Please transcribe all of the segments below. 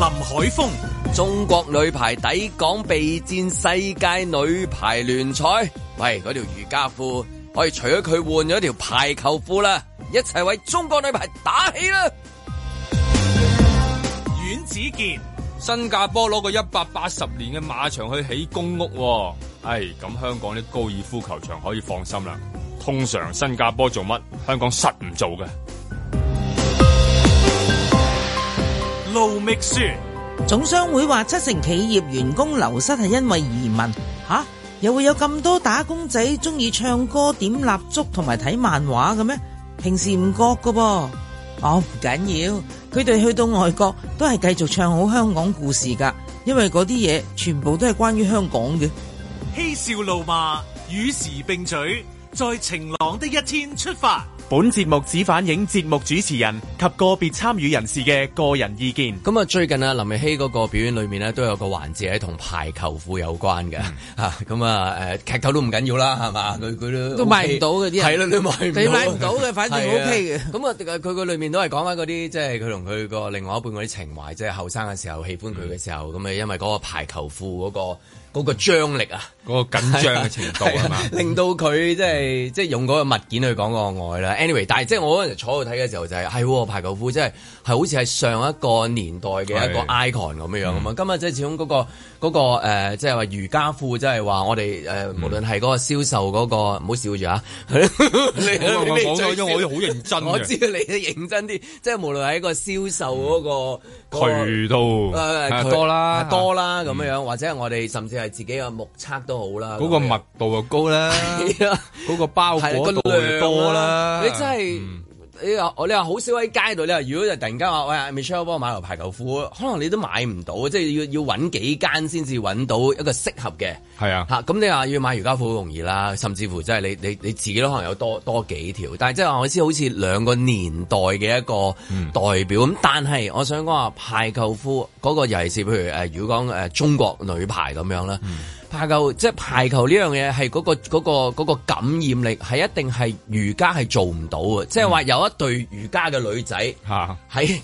海風。中國女排抵港備戰世界女排聯賽，喂，嗰條瑜伽褲可以除咗佢換咗條排球褲啦，一齊為中國女排打氣啦！阮子健、新加坡攞個一百八十年嘅馬場去起公屋喎，唉，咁香港啲高爾夫球場可以放心啦。通常新加坡做乜，香港實唔做嘅。盧覓雪，總商會話七成企業員工流失係因為移民吓、又會有咁多打工仔中意唱歌、點蠟燭同埋睇漫畫嘅咩？平時唔覺㗎噃，哦唔緊要，佢哋去到外國都係繼續唱好香港故事㗎，因為嗰啲嘢全部都係關於香港嘅。嬉笑怒罵，與時並舉，在晴朗的一天出發。本節目只反映節目主持人及個別參與人士嘅個人意見。咁啊，最近啊，林奕希嗰個表演裏面咧，都有個環節係同排球褲有關嘅嚇。咁 啊，誒劇透都唔緊要啦，係嘛？佢佢都都買唔到嘅啲人係啦，你買唔你買唔到嘅反正係啊 OK 嘅咁啊，佢佢裏面都係講翻嗰啲，即係佢同佢個另外一半嗰啲情懷，即係後生嘅時候喜歡佢嘅時候，咁啊，因為嗰個排球褲嗰個嗰個張力啊。嗰個緊張嘅程度 係嘛？啊令到佢即係即係用嗰個物件去講個愛啦。anyway，但係即係我嗰陣時坐喺度睇嘅時候就係係喎排球褲，即係係好似係上一個年代嘅一個係嗯 icon 咁樣樣啊嘛。今日即係始終嗰個嗰個誒即係話瑜伽褲，即係話我哋誒無論係嗰個銷售嗰個，唔好笑住 啊！你我我你我最我因為我好認真我知嘅道你都認真啲，即係無論喺個銷售嗰個嗰個渠道誒嗯係啊多啦，多啦咁樣樣，或者係我哋甚至係自己嘅目測都好啦。嗰個咁樣密度又高啦，係啊嗰個包係裹度又多啦，嗯你真係。你話我你話好少喺街度，你話如果就突然間話喂 Michelle 幫我買條排球褲，可能你都買唔到，即係要要揾幾間先至揾到一個適合嘅係啊。嚇。咁、你話要買瑜伽褲好容易啦，甚至乎即係你你你自己都可能有多多幾條，但係即係話我知好似兩個年代嘅一個嗯代表咁，但係我想講話排球褲嗰、個尤其是譬如誒、呃如果講誒、呃中國女排咁樣啦。嗯排球即係排球呢樣嘢係嗰個嗰、個嗰個感染力係一定係瑜伽係做唔到嘅，即係嗯話有一隊瑜伽嘅女仔嚇 喺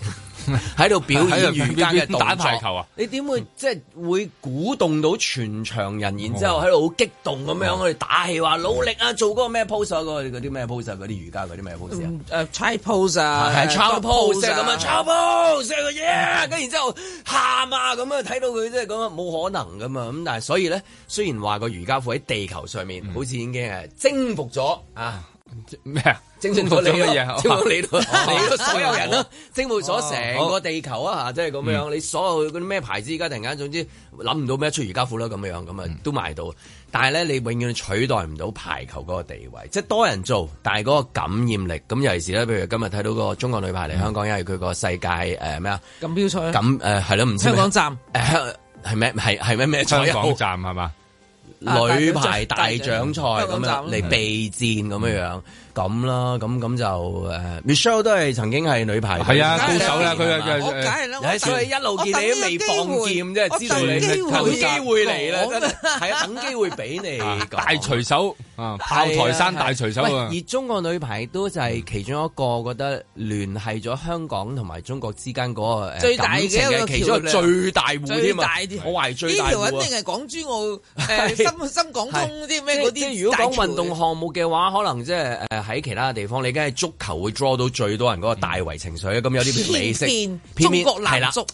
喺度表喺演度瑜伽嘅邊邊打動作排球啊！你點會即係會鼓動到全場人，然之哦後喺度好激動咁樣去打氣話努力啊，做嗰個咩 pose 啊，嗰個嗰啲咩 pose 啊，嗰啲瑜伽嗰啲咩 pose 嗯啊？誒 try pose 啊，係 stop Trump pose 咁樣啊，Trump pose 佢嘢，跟然之後喊啊咁啊，睇到佢即係咁啊，冇可能噶嘛。咁但係所以咧，雖然話個瑜伽褲喺地球上嗯面，好似已經係征服咗啊，咩啊？征服咗你乜咯嘢 啊？征服你咯，你咯所有人咯，啊征服咗成個地球啊！嚇，即係咁樣，你所有嗰啲咩牌子，而家突然間總之諗唔到咩出瑜伽褲啦咁樣，咁啊都賣到。但係咧，你永遠取代唔到排球嗰個地位，即係多人做，但係嗰個感染力咁，尤其是咧，譬如今日睇到個中國女排嚟香港，因為佢個世界誒咩啊，咁標彩啊，咁誒係咯，唔知香咩港站。誒 係咩係係咩咩 香彩啊港站係嘛？啊女排大獎賽咁大獎樣嚟備戰咁樣樣嗯咁啦，咁咁就誒 Michelle 都係曾經係女排係啊，高梗係啦手啦，佢係嘛佢我梗係啦，有所以一路見你都未放劍，即係知道你等機會嚟啦，真係係啊，等機會俾你啊講大隨手啊，炮台山大隨手啊喂！而中國女排都就係其中一個覺得聯繫咗香港同埋中國之間嗰個誒最大嘅感情一個其中一個橋梁最大戶最添大啊！啲我懷疑最呢大條戶肯啊定係港 珠澳係誒深深港通啲咩嗰即啲係如果講大橋運動項目嘅話，可能即係誒喺其他地方，你梗係足球會 draw 到最多人嗰個大圍情緒啊。咁有啲譬如美式，偏偏中國係啦男足。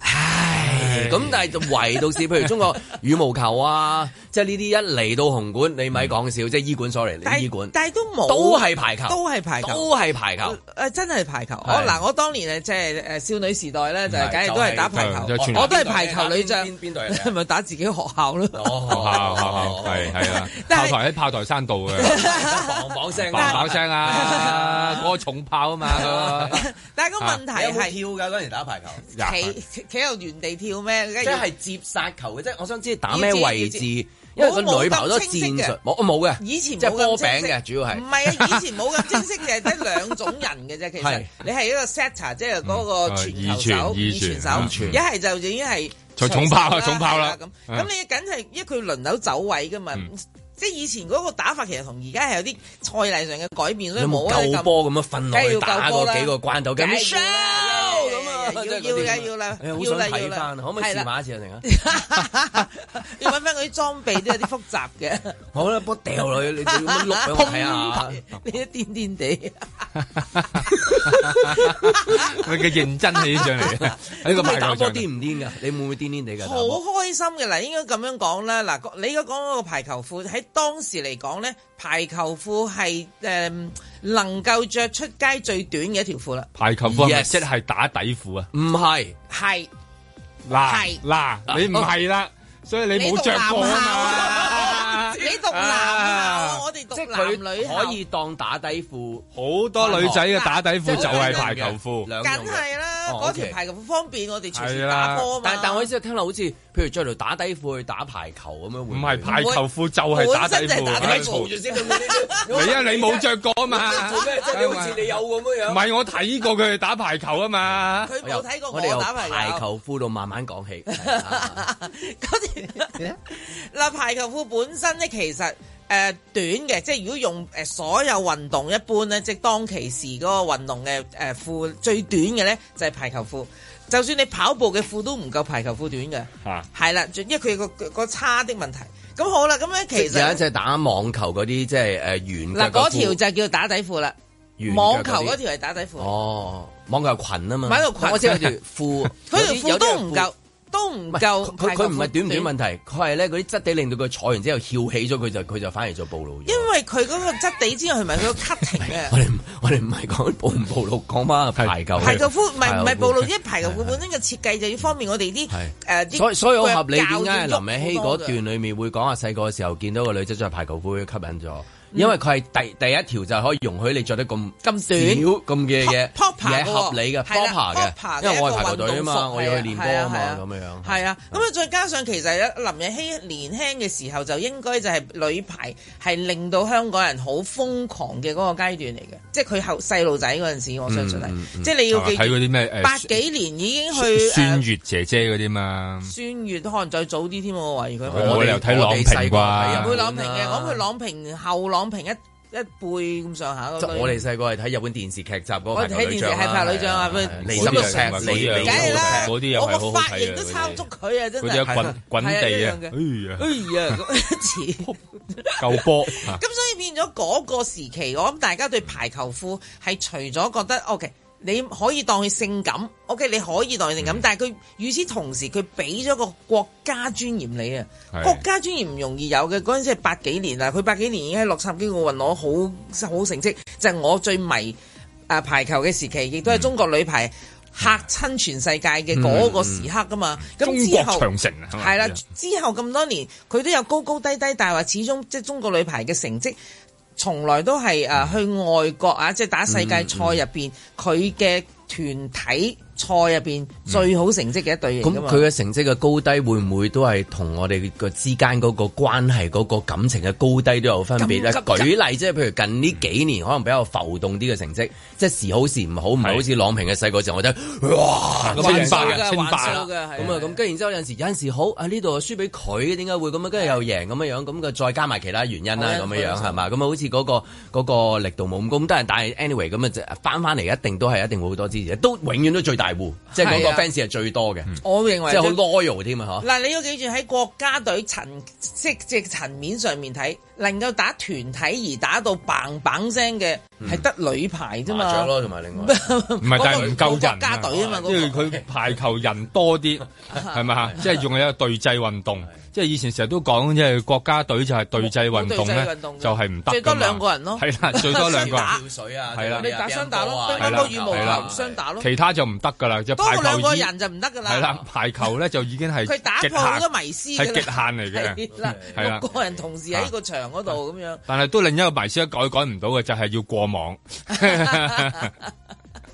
唉，咁但係就唯到是，譬如中國羽毛球啊，即係呢啲一嚟到紅館，你咪講笑，即係醫館所嚟，但醫係館但係都冇，都係排球，都係排球都係排球。誒真係排球，我哦係嗱我當年誒即係誒少女時代咧，就係係梗係都係打排球，就係全我我都係排球女將，邊邊邊隊嚟㗎 咪打自己學校 咯。哦，係係啦，炮但係台喺炮台山度嘅，砰砰聲，爆爆聲啊，嗰個重炮啊嘛，嗰個但係個問題係啊跳㗎嗰陣時打排球。企企企喺度原地跳咩？即即係接殺球嘅，即係我想知打咩位置，因為要知個女排好多戰術，冇冇嘅，以前即係冇波咁餅清晰嘅主要係唔。係啊？以前冇咁清晰，就係得兩種人 嘅啫。其係實你係一個 setter，即係嗰個嗯傳二球傳手、二傳二二傳手嗯傳，一係就已經係就重啊炮啦重炮啦係咁嗯咁你梗係因為佢輪流走位噶嘛嗯。即係以前嗰個打法其實同而家係有啲賽例上嘅改變，所以有冇冇得 救咁。波咁樣瞓落去打嗰幾個關鬥嘅梗係要啦 Michelle 咁啊要真係要嗰啲嘅要啦，哎呀好要想啦要睇啦翻，，可唔可以係啦試埋一次啊？成啊，要揾翻佢啲裝備都有啲複雜嘅，好啦，波掉落去，你你咁樣碌俾 我睇啊 下。 你都癲癲地。佢嘅認真起上嚟嘅，喺個咁賣你打波球場。癲唔癲㗎？你會唔會癲癲地㗎？打好波開心嘅嗱，應該咁樣講啦。嗱，你而家講嗰個排球褲喺當時嚟講咧，排球褲係誒嗯能夠着出街最短嘅一條褲啦。排球褲係咪 Yes 即係打底褲啊？唔係，係嗱係嗱，你唔係啦，所以你冇着過啊嘛。你讀男校，我哋讀男女校，可以當打底褲， 好多女仔嘅打底 褲就係排球褲。兩梗用嘅。係啦。哦嗰條，OK 排球褲方便我哋隨係時啦打波嘛。但但我意思係聽落好似，譬如着條打底褲去打排球咁樣，會唔唔係係？排球褲就係打底褲，本身就係打底褲住先，你你因為你冇着過啊 嘛，做咩？即係你好似你有咁樣唔樣。係我睇過佢哋打排球啊嘛，佢我由冇睇過哎我哋由哎我打排排球。球褲度慢慢講起。 嗰條啊嗱排球褲本身咧，其實誒、呃短嘅，即係如果用誒、呃所有運動一般咧，即係當其時嗰個運動嘅誒褲最短嘅咧就係、排球褲。就算你跑步嘅褲都唔夠排球褲短嚇嘅，係啦、因為佢個個個差的問題。咁好啦，咁咧其 其實有一實隻打網球嗰啲，即係誒圓腳嗱嗰條嘅就叫打底褲啦，褲網球嗰。條係打底褲。哦，網球裙啊嘛，網球 裙我知有條褲，佢條褲有啲都唔夠，都唔唔係夠佢排球褲。佢唔係短唔短問題，佢係咧嗰啲質地令到佢坐完之後翹起咗，佢就佢就反而就暴露咗。因為佢嗰個質地之外，同埋佢 個 cutting 啊我。哋唔我哋唔係講暴唔暴露，講翻排球。排球褲唔係唔係暴露，因係為排球褲本身嘅設計就要方便我哋啲係誒啲所以所以好腳合理，教點解要林美希喐好嗰多段嘅裡面會講話細個嘅時候見到個女仔着排球褲會吸引咗，因為佢係第第一條就可以容許你着得咁咁短少咁嘅嘢 Pop- popper 嘢合理嘅嗰個係啦 popper 嘅，popper 因為我係一個排球隊啊運動嘛，服我要去練波啊嘛係啊咁樣樣。係啊，咁啊再加上其實林日曦年輕嘅時候就應該就係女排係令到香港人好瘋狂嘅嗰個階段嚟嘅，即係佢後細路仔嗰陣時，我相信係，嗯即係你要啊記啊睇嗰住啲咩誒八幾年已經去孫誒月姐姐嗰啲嘛，孫悦可能再早啲添喎，我懷疑佢冇理由睇朗屏啩唔會朗屏嘅，啊我諗佢朗屏後朗屏一一輩咁上下嗰即類係我哋細個係睇日本電視劇集嗰個我哋睇電視係排女將啊，佢李心心嗰啲石又唔李李係嗰啲又梗係啦，嗰啲又係我好好睇嘅個髮型都抄足佢啊，真嗰啲一係。滾滾地啊係啊一哎樣，呀哎呀，咁 似夠波啊咁，所以變咗嗰個時期，我諗大家對排球褲係除咗覺得 OK，你可以當佢性感，OK，你可以當佢性嗯感，但係佢與此同時，佢俾咗個國家尊嚴你啊係！國家尊嚴唔容易有嘅，嗰陣時係八幾年啊啦，佢八幾年已經喺洛杉磯奧運攞好好成績，就係、我最迷啊排球嘅時期，亦都嗯係中國女排。嚇親全世界嘅嗰個時刻噶嘛，咁、嗯中之國後長城啊係嘛係啦，之後咁多年佢都有高高低低，但係話始終即係中國女排嘅成績。從來都係誒、呃嗯去外國啊，即係打世界賽入邊，佢嘅、團體賽入邊最好成績嘅一隊嚟咁㗎嘛。佢嘅成績嘅高低會唔會都係同我哋個之間嗰個關係嗰個感情嘅高低都有分別咧？咁舉例即係譬如近呢幾年可能比較浮動啲嘅成嗯績，即係時好時唔好，唔係好似朗屏嘅細個時候，我覺得哇咁清白白啊清白啊嘅，係啊咁啊，咁跟住然之後有陣時有陣時好啊呢度輸俾佢，點解會咁樣？跟住又贏咁樣樣，咁啊佢再加埋其他原因啦，係啊咁樣樣係嘛？咁啊，好似嗰個嗰個力度冇咁高，咁但係但係 anyway 咁啊，就翻翻嚟一定都係一定會好多支持，都永遠都最大戶，即係嗰個係啊 fans 係最多嘅，我認為即係好最 loyal 添啊嚇。嗱，你要記住喺國家隊層即即層面上面睇，能夠打團體而打到棒棒聲嘅，係得女排啫嗯麻雀嘛。咯，同埋另 外，唔係，但係唔夠嗰個人國家隊啊嘛嗰個因為佢排球人多啲， 係咪啊？即係仲有一個對制運動，即係以前成日都講，即係國家隊就係對制運動冇對制咧運動，嘅就係唔得㗎嘛最多兩個人咯係啦，最多兩 個人，打跳水啊，係啦你打雙打咯，係乒啦乓波、羽毛係啦球雙打咯，其他就唔得㗎啦，就多排過兩球個已人就唔得㗎啦。係啦，排球咧就已經係佢打極破好多限，迷思㗎啦係極限嚟嘅係啦，係啦啊六個人同時喺個場嗰度咁樣。但係都另一個迷思改改唔到嘅就係要過網。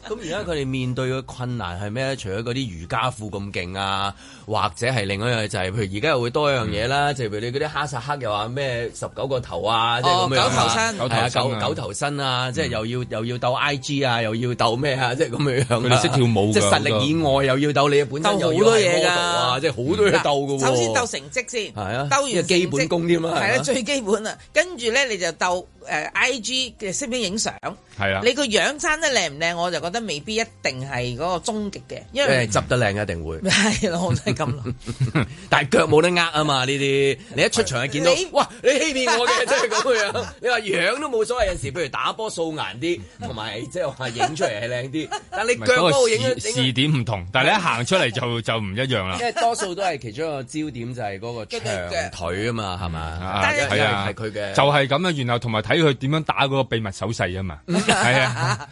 咁而家佢哋面對嘅困難係咩咧？除咗嗰啲瑜伽褲咁勁啊，或者係另外一樣就係、譬如而家又會多一樣嘢嗯啦，就係譬如你嗰啲哈薩克又話咩十九個頭啊，即係咁樣哦九頭身嗯係啊九頭身九啊九頭身啊，即係又要又要鬥 I G 啊，又要鬥咩啊， 即係咁樣樣啊。佢哋識跳舞㗎即係實力以外又要鬥你本身又要鬥好多嘢㗎嗯係 model 啊，即係好多嘢鬥㗎喎。首先鬥成績先，係啊鬥完成績基本功添啦係係啊啦，最基本啦。跟住咧，你就鬥誒 I G 嘅識唔識影相，係啦啊你個樣生得靚唔靚，我就覺得得未必一定係嗰個終極嘅，因誒為，執得靚一定會係咯，我都係咁 諗。但係腳冇得呃啊嘛呢啲，你一出場就見到你，哇你欺騙我嘅，即 係咁樣。你話樣都冇所謂，有時譬如打波素顏啲，同埋即係話影出嚟係靚啲，但你唔係腳嗰嗰個度影視咗 視影咗。點唔同，但係你一行出嚟就 就唔一樣啦因。為多數都係其中一個焦點就係嗰個長腿啊嘛，係嘛？但係因為係啊，係佢嘅就係咁啊。然後同埋睇佢點樣打嗰個秘密手勢啊 嘛，係啊。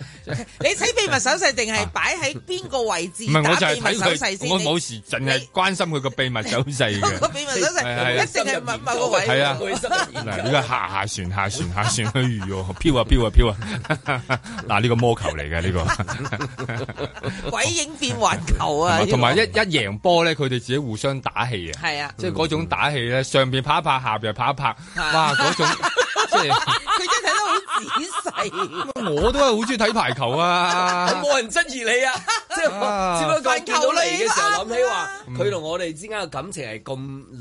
你睇秘密手勢定啊係擺喺邊個位置唔係我就打係秘密睇手佢，勢先？我冇時淨係關心佢個秘密手勢嗰 個嘅。秘密手勢係係一定係某某個位。係啊佢心入面嗱，呢個下下旋下旋下旋去魚喎，飄啊飄啊飄啊！ 嗱，呢個魔球嚟嘅 呢鬼影變環球啊！個，同埋一呢一贏波咧，佢哋自己互相打氣個啊，係啊，嗯啊即係嗰種打氣咧，上邊拍一拍，下邊又拍一拍，哇！嗰種即係 佢真係睇得好仔細。我都係好中意睇排球 啊！冇人質疑你啊！即係啊我只不過見到你嘅 時候諗起話，佢同我哋之間嘅感情係咁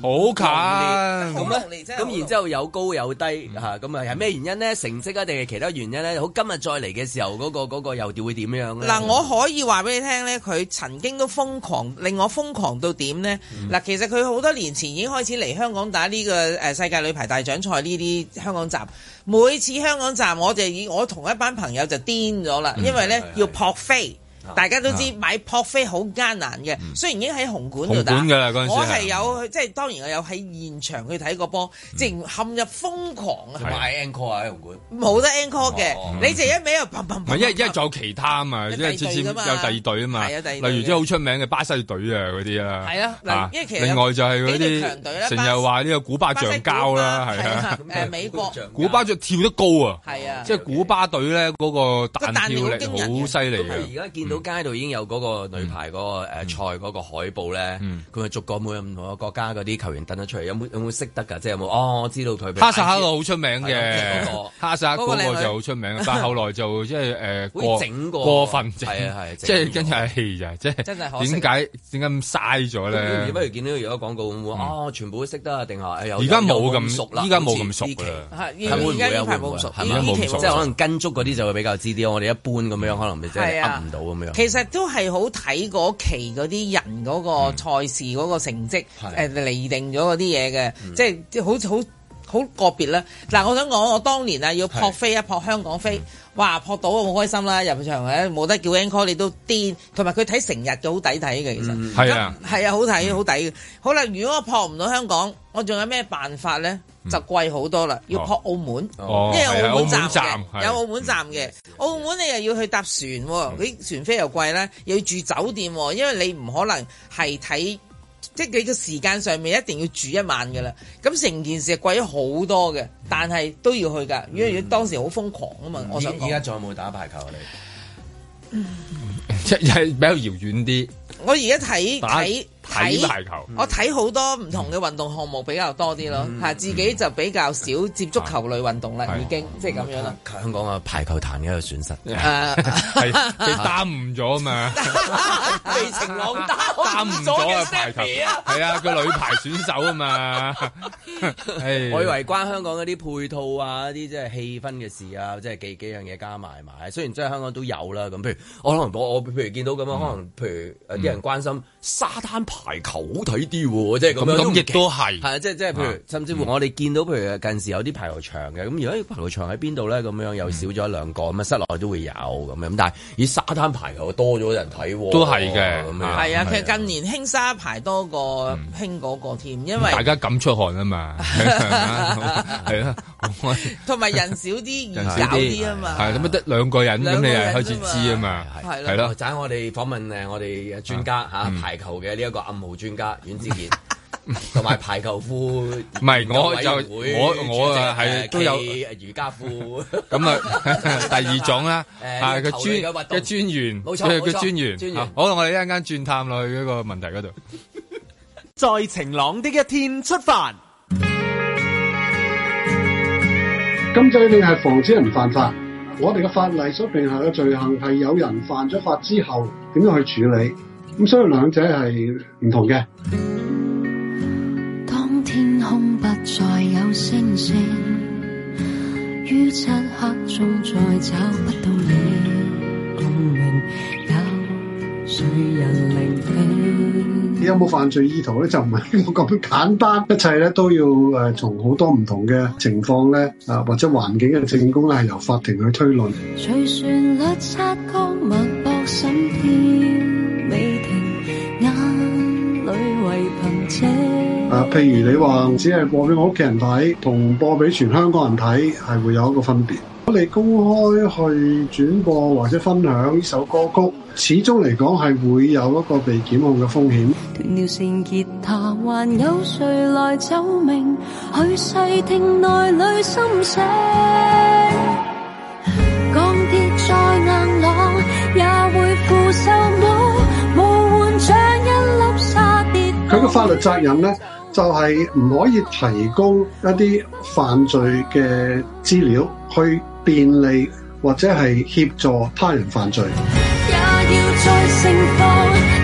好近咁好濃咧烈，真係好濃咁然之後有高有低嗯嚇，咁啊係咩原因咧？成績啊，定係其他原因咧？好，今日再嚟嘅時候，嗰個嗰個又會點樣咧？嗱，我可以話俾你聽咧，佢曾經都瘋狂，令我瘋狂到點呢？嗯嗱、其實佢好多年前已經開始嚟香港打呢、個呃世界女排大獎賽呢啲香港站。每次香港站，我就以我同一班朋友就癲咗啦，因為呢係要撲飛。大家都知買撲飛好艱難嘅，雖然已經喺嗯紅館度打，紅館㗎啦嗰陣時我係有即係當然我有喺現場去睇個波，直情陷入瘋狂啊！買 encore 啊，喺紅館。冇得 encore 嘅哦，你就一味又砰唔砰砰係，因為砰因為仲有其他啊嘛，有因為次次第有二隊㗎第二隊嘛啊嘛，係有第二隊嘅例如啲好出名嘅巴西隊啊嗰啲啊，係啊嗱因為其實有另外就係嗰幾隊強隊啦啲成日話呢個古巴巴橡西膠啦，古係巴啊，係啊誒美國 古巴就跳得高啊，係啊即係古巴隊咧嗰個彈跳個彈跳好驚人力嘅好犀利咁佢啊嘅，嗯而家見到街度已經有嗰個女排嗰個誒賽嗰個海報咧，嗯佢咪逐個每個唔同嘅國家嗰啲球員登得出嚟，有冇有冇識得㗎？即係有冇？哦，我知道佢。哈薩克個好出名係嘅嗰個，哈薩克啊嗰個靚嗰女個就好出名， 但係後來就即係誒會整過過過分整，係啊係即係整跟咗住係氣就即係真係可惜點解點解咁嘥咗咁不咧？如見到而家廣告會唔會哦，全部都識得啊？定係有嗯而家冇有熟啦，咁，依家冇咁熟好似呢期啦。係係會唔而家會啊呢排會唔冇會咁熟，係呢嘛呢期冇咁熟冇即係可咁熟。能跟足嗰啲就會比較知啲，我哋一般咁樣可能咪真係係噏啊唔到咁樣。其實都係好睇嗰期嗰啲人嗰個賽事嗰個成績，嗯係嗯誒釐定咗嗰啲嘢嘅，即係即係好似好好個別啦。嗱，我想講，我當年啊要撲飛啊撲香港嗯飛，哇撲到啊好開心啦！入場咧冇得叫 encore 你都癲，同埋佢睇成日嘅好抵睇嘅其嗯實。係啊。係啊，好睇好抵嘅。好啦，如果我撲唔到香港，我仲有咩辦法咧？就貴好多啦，要撲澳門，嗯哦因為有澳門係啊澳門站站係嗯嘅，有澳門站嘅。澳門你又要去搭船喎，啲船飛又貴啦，又要住酒店喎，因為你唔可能係睇。即係你個時間上面一定要住一晚㗎啦，咁成件事係貴咗好多嗯嘅，但係都要去㗎，因為當時好瘋狂啊嘛，我想而講而家仲有冇打排球啊？你 即係比較遙遠啲，我而家睇打睇睇排球我睇好多唔同嘅運動項目比較多啲咯，嗯嚇自己就比較少接觸球類運動啦，係啊已經即係咁樣啦。 啊香港嘅排球壇嘅一個損失，係被耽誤咗嘛，被晴朗打 耽誤咗啊排球，係啊個女排選手啊嘛，唉我以為關香港嗰啲配套啊、啲即係氣氛嘅事啊，即係幾幾樣嘢加埋埋。雖然即係香港都有啦，咁譬如我可能我我譬如見到咁樣，可能譬如呃有啲人關心沙灘排球好睇啲喎，即係咁咁樣咁亦都係係啊，即係即係譬如啊甚至乎我哋見到譬如近時有啲排球場嘅，咁而家排球場喺邊度咧？咁樣嗯又少咗一兩個，咁啊室內都會有咁樣，但係以沙灘排球多咗人睇喎，都係嘅咁啊樣係啊，其實近年興沙排多過興嗰個添，因為大家咁出汗啊嘛，係啊，好開同埋人 少啲易人搞少啲啊嘛。係咁得兩個人，咁兩個你又人開始知啊嘛，係係咯，咯，啊嗯就我哋訪問誒我哋專家嚇排球嘅呢一個暗號專家阮志 傑，同埋排球夫唔係我委就員會我我啊主席誒係都有暨瑜伽夫。咁啊 第二種啦，誒啊個球專類嘅活動嘅專員，冇錯冇錯個專員專，員啊好啦，我哋一陣間轉探落去嗰個問題嗰度。在晴朗的一天出發。禁制令係防止人犯法，我哋嘅法例所定下嘅罪行係有人犯咗法之後點樣去處理，咁所以兩者係唔同嘅。當天空不再有星星，於漆黑中再找不到你共鳴，有冇犯罪意圖咧，就唔係呢個咁簡單，一切咧都要誒從好多唔同嘅情況咧啊或者環境嘅證供咧，係由法庭去推論。隨旋律擦過脈搏心跳未停，眼淚為憑藉。啊，譬如你話只係播俾我屋企人睇，同播俾全香港人睇係會有一個分別。我哋公開去轉播或者分享呢首歌曲，始終嚟講係會有一個被檢控嘅風險。斷了線吉他，還有誰來奏鳴？去細聽內裏心聲。鋼鐵再硬朗，也會負受磨。無換像一粒沙跌佢嘅法律責任咧，就係、唔可以提供一啲犯罪嘅資料去便利或者係協助他人犯罪。也要再盛放，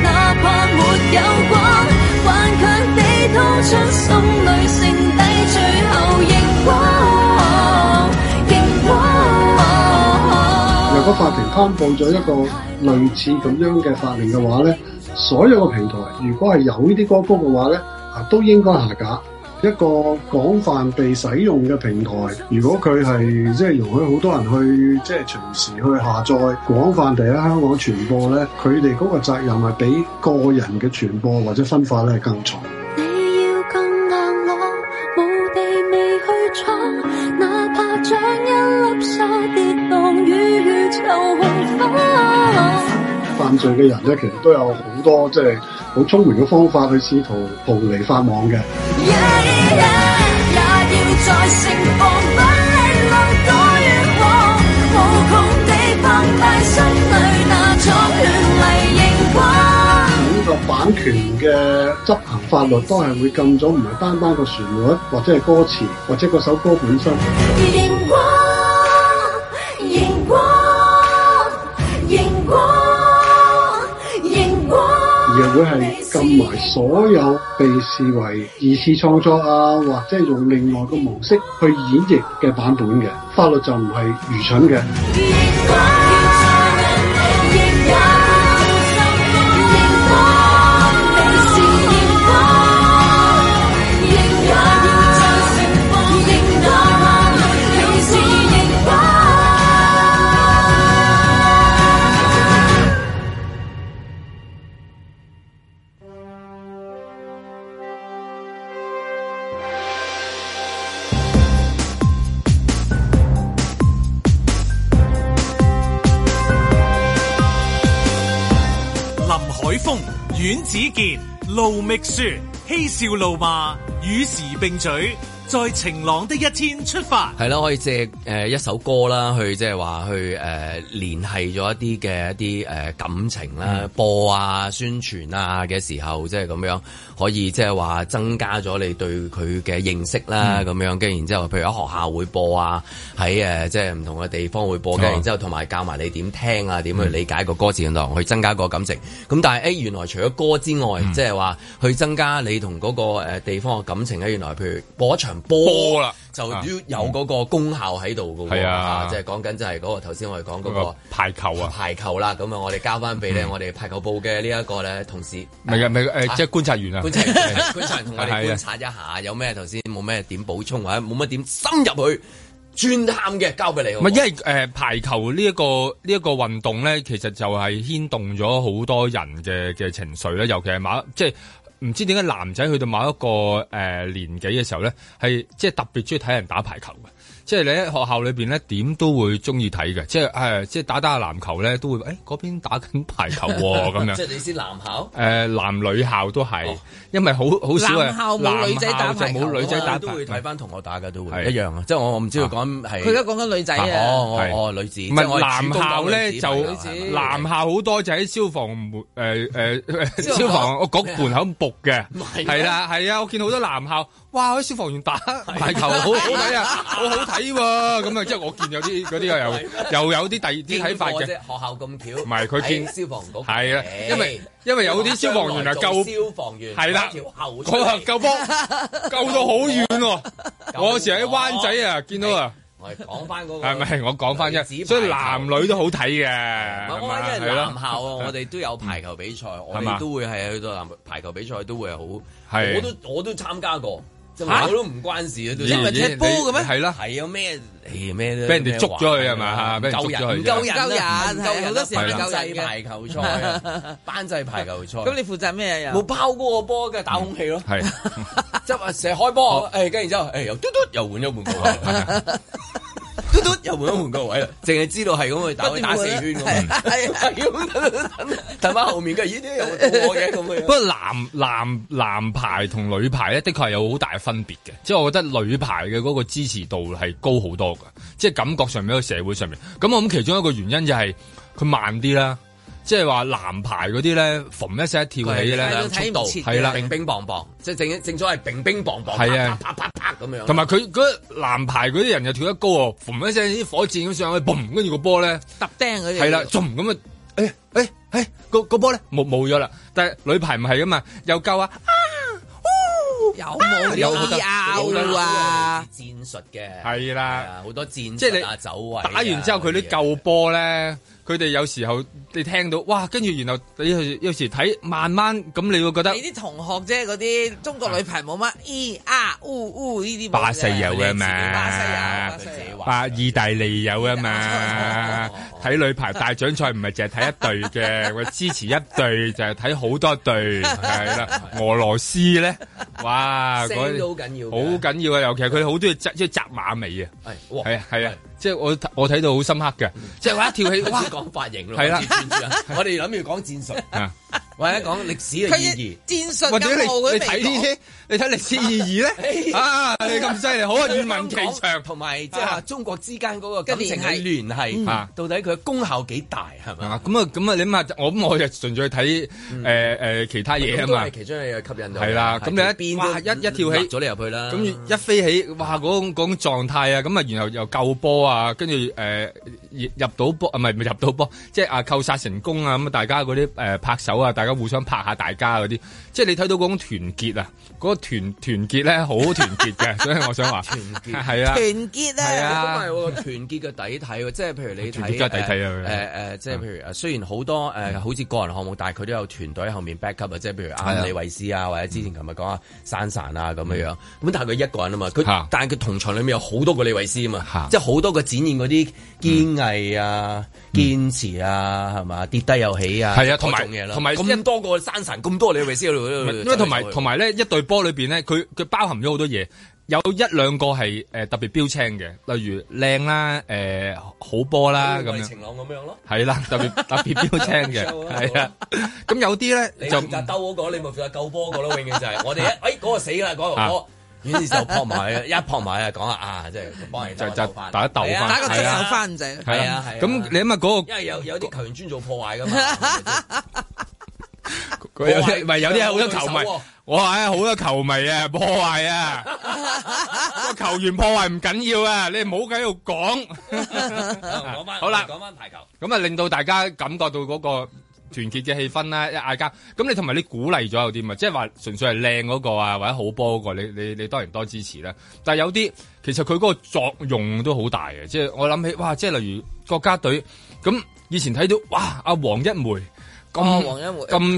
哪怕沒有光，頑強地掏出心裏剩低最後熒光，熒光。如果法庭頒布咗一個類似咁樣嘅法令嘅話咧，所有嘅平台如果係有呢啲歌曲嘅話咧，啊都應該下架。一個廣泛被使用嘅平台，如果佢係即係容許好多人去即係隨時去下載，廣泛地喺香港傳播咧，佢哋嗰個責任係比個人嘅傳播或者分化咧係更重。你要更硬朗，無地未去闖，哪怕將一粒沙跌宕於宇宙洪荒。犯罪嘅人咧，其實都有好多即係好聰明嘅方法去試圖逃離法網嘅。也要再盛放，不路多遠往，無窮地澎湃，心裏那種勸慰熒光。呢個版權嘅執行法律都係會禁咗，唔係單單個旋律或者係歌詞或者嗰首歌本身。熒光，熒光，熒光，熒光。而會係禁埋所有被視為二次創作啊，或者係用另外個模式去演繹嘅版本嘅法律就唔係愚蠢嘅。熒光，熒光，你是熒光，熒光，熒光，你是熒光。林海峰、阮子健、盧覓雪，嬉笑怒罵，與時並舉，在晴朗的一天出發。係啦，可以借誒、呃一首歌啦，去即係話去誒、呃、聯繫咗一啲嘅一啲誒、呃感情啦、播啊、宣傳啊嘅時候，即係咁樣可以即係話增加咗你對佢嘅認識啦，咁、樣跟住然之後，譬如喺學校會播啊，喺誒即係唔同嘅地方會播，跟住然之後同埋教埋你點聽啊，點去理解個歌詞嘅內容，去增加個感情。咁但係誒、欸原來除咗歌之外，即係話去增加你同嗰、個、呃、地方嘅感情咧，原來譬如播一場波波啦就啊要有嗰個功效喺度嘅喎，係啊即係講緊就係嗰個頭先我哋講嗰嗰個嗯個排球啊，排球啦，咁啊，我哋交翻俾咧我哋排球部嘅呢一個咧同事，唔係嘅，唔係嘅誒，即係觀察員啊觀，察 觀察人同我哋係啊觀察一下，有咩頭先冇咩點補充或者冇乜點深入去專探嘅，交俾你好唔唔好。係因為誒排球呢一個呢一個運動咧，其實就係牽動咗好多人嘅嘅情緒啦，尤其係某一即係。唔知點解男仔去到某一個誒、呃年紀嘅時候咧，係即係特別中意睇人打排球嘅，即係你喺學校裏邊咧點都會中意睇嘅，即係誒、呃即係打打下籃球咧都會誒嗰、邊打緊排球喎、咁樣 即。係你先男校誒、男女校都係，因為好好少係哦男校冇女仔打排男球校就冇女仔打都排會睇球。翻同學打嘅都係會一樣啊，即係我我唔知道講係佢而家講緊女仔啊，哦哦哦女子，唔係男校咧女子就男校好多就喺消防門誒誒 消消防防局門口仆嘅係，咩係啦係啊，我見好多男校，哇！啲消防員打排球好好睇啊，好好睇喎，咁啊，即係我見有啲嗰啲又又有啲第二啲睇法嘅啫，學，校咁巧，唔係佢見消防局係啊，因為誒因為有啲消防員啊救。消防員係啦條後嗰個救波救到好遠喎！我嗰時喺灣仔啊，見到啊，我哋講翻嗰個係咪？我講翻女啫，子所以排球男女都好睇嘅，唔係係我嘛因為係男咯，校啊，我哋都有排球比賽，我係嘛哋都會係去到男排球比賽都會係好，係我都我都參加過，即嚇係我都唔關事嘅都咦參加。咪踢波嘅咩你係啦，係啊咩？誒咩都俾人哋捉咗佢係嘛咩玩俾人啊捉咗佢唔夠人，唔夠人啊唔夠係人啊，好多時係唔班夠制人嘅排球賽 啊，班制排球哦賽。咁你負責咩啊？冇又拋嗰個波嘅打空氣 咯，係即係成日開波，誒跟住之後，誒又嘟嘟又換咗換個位，啊 嘟嘟又換咗換個位啦，淨係知道係咁去打，打四圈咁樣。啊 係啊係咁，等翻後面嘅，咦啲又到我嘅咁不樣。過男男男排同女排咧，的確係有好大分別嘅。即係我覺得女排嘅嗰個支持度係高好多嘅，即係感覺上面喺個社會上面。咁我諗其中一個原因就係佢慢啲啦，即係話男排嗰啲咧，逢一聲一跳起咧係。啊啊睇唔切係啦乒乒乓乓，即係正正所謂乒乒乓乓，係啊啪啪啪啪咁樣。同埋佢嗰男排嗰啲人又跳得高喎，逢一聲啲火箭咁上去，嘣，跟住個波咧，揼釘嗰啲。係啦，仲咁啊，誒誒誒，個個波咧冇冇咗啦。但係女排唔係噶嘛，又夠啊，有冇有好多啲拗啊？戰術嘅係啦。啊，好多戰即係你術啊，走位啊打完之後佢啲舊波咧，佢哋有時候你聽到哇，跟住然後你有時有時睇慢慢咁，你會 覺得你啲同學啫，嗰啲中國女排冇乜 E R U U 呢啲冇嘅。巴西有嘅你自己巴西有嘛巴，佢西自己有玩巴意大利有啊嘛哦哦哦，睇女排大獎賽唔係淨係睇一隊嘅，我支持一隊就係睇好多隊，係啦。俄羅斯咧，哇，聲都啊嗰好緊要嘅，好緊要啊，尤其係佢好中意扎即係扎馬尾啊，係哇係啊係啊，即係我我睇到好深刻嘅，即係話一跳起開哇始。講髮型咯，係啦開始轉轉我哋諗住講戰術啊，或者講歷史佢嘅嘅意戰術或者你咁好嘅你睇呢啲，你睇歷史 意義咧，哎啊，你咁犀利，好啊，義。願聞其啊香港詳。同埋即係話中國之間嗰個感情嘅嘅聯繫，啊到底佢嘅功效幾大係咪？啊，咁啊，咁啊，你咪我咁我就純粹睇誒誒其他嘢啊嗯都係嘛，其中一樣吸引到。係啦咁你一邊哇一一跳起咗你入去啦。咁一飛起，哇！嗰種嗰種狀態啊，咁啊，然後又救波啊，跟住誒入到波啊，唔係唔係入到波，即係啊扣殺成功啊，咁啊大家嗰啲誒拍手啊，大家互相拍下大家嗰啲，即係你睇到嗰種團結啊，嗰個團團結咧好團結 嘅，所以我想話團結係啊團，結係啊啊！咁咪個團結嘅底體喎，即係譬如你睇團結梗係底嗯體誒啊誒誒，即係譬如誒雖然好多誒好似個人項目，但係佢都有團隊後面 back up 啊，即係譬如係啊啱李慧詩啊，或者之前琴日講啊珊珊啊咁樣樣，咁但係佢一個人啊嘛，佢嗯嚇但係佢同場裡面有好多個李慧詩啊嘛嚇，即係好多個展現嗰啲堅毅啊、堅持啊，係嘛跌低又起啊，嗯係啊同埋嗰種嘢啦同埋咁多個珊珊，咁多個李慧詩喺唔度係因為同埋同埋咧，一隊波裏邊咧，佢佢包含咗好多嘢，有一兩個係誒、呃特別標青嘅，例如靚啦、誒、好波啦啊咁樣，晴朗咁樣咯。係啦， 特別特別標青嘅，係啊。咁有啲你咧就負責兜嗰個，你咪負責救波嗰咯，永遠就 係我哋一，哎嗰個死啦，嗰個波，於是就撲埋，一撲埋啊，講下啊，即係幫人就就就翻，打鬥係啊翻，打個對係手啊翻仔，係係啊啊係啊，咁你諗下嗰因為有有啲球員專做破 壞噶嘛，個，有啲唔係有啲係好多破壞對球手喎迷，我話咧好多球迷 啊破壞啊，個球員破壞唔緊要啊，你唔好喺度講。講翻好啦講翻排球，咁啊，令到大家感覺到嗰個團結嘅氣氛啦，一嗌交，咁你同埋你鼓勵咗有啲嘛，即係話純粹係靚嗰個啊，或者好波嗰個，你你你當然多支持啦。但係有啲其實佢嗰個作用都好大嘅，即係我諗起哇，即係例如國家隊咁以前睇到哇，阿黃一梅哦咁黃一梅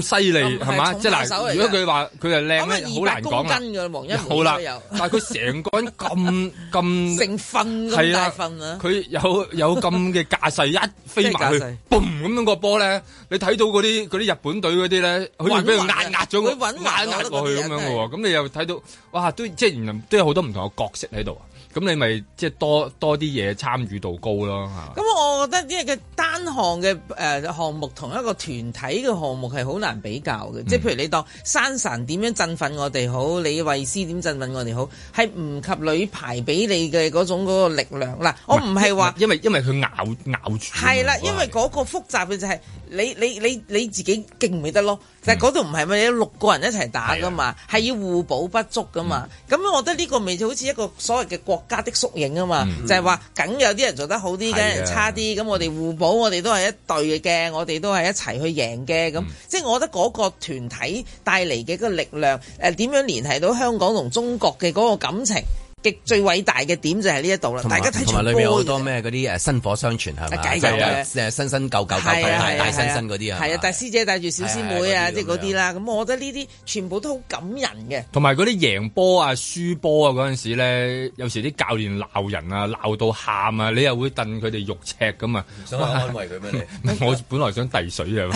咁犀利咁係係嘛？重即係炮手嗱，嚟㗎如果佢話佢係靚咧，咁好難啊二講百啦公斤。嘅黃一好啦梅有，但係佢成個人咁 咁成份咁係大啦份啊！佢有有咁嘅架勢， 一飛埋去即係架勢，boom 咁樣個波咧，你睇到嗰啲嗰啲日本隊嗰啲咧，好似俾佢壓壓咗啊佢穩個穩壓壓過去咁樣啊嘅喎，咁你又睇到，哇！都即係原來都有好多唔同嘅角色喺度啊，咁你咪即係多多啲嘢參與度高咯啊嚇。咁我覺得呢個單項嘅誒項目同一個團體嘅項目係好難比較嘅，嗯即係譬如你當山神點樣振奮我哋好，李慧詩點振奮我哋好，係唔及女排俾你嘅嗰種嗰個力量嗱。我唔係話因為因為佢咬咬住。啊係啊啦，因為嗰個複雜嘅就係你你你你自己勁咪得咯，嗯但係嗰度唔係咪有六個人一齊打噶啊嘛，係要互補不足噶嘛。嗯咁我覺得呢個咪就好似一個所謂嘅國家的縮影啊嘛，嗯就係話梗有啲人做得好啲，梗啊有人差啲，咁我哋互補，我哋都係一隊嘅，我哋都係一齊去贏嘅嗯咁。即係我覺得嗰個團體帶嚟嘅嗰個力量，誒點樣聯繫到香港同中國嘅嗰個感情。極最偉大嘅點就係呢一度啦。同大埋家睇同場埋裏波面有好嘅多啫。咩嗰啲誒薪火相傳係啊嘛，解即救係嘅誒新新舊舊舊係啊大係啊大新新嗰啲啊，係啊，大師姐帶住小師妹啊，係係嗰啲即係嗰咁啲樣啦。咁我覺得呢啲全部都好感人嘅。同埋嗰啲贏波啊、輸波啊嗰陣時咧，有時啲教練鬧人啊，鬧到喊啊，你又會戥佢哋肉赤咁 啊！想安慰佢咩你？我本來想遞水啊，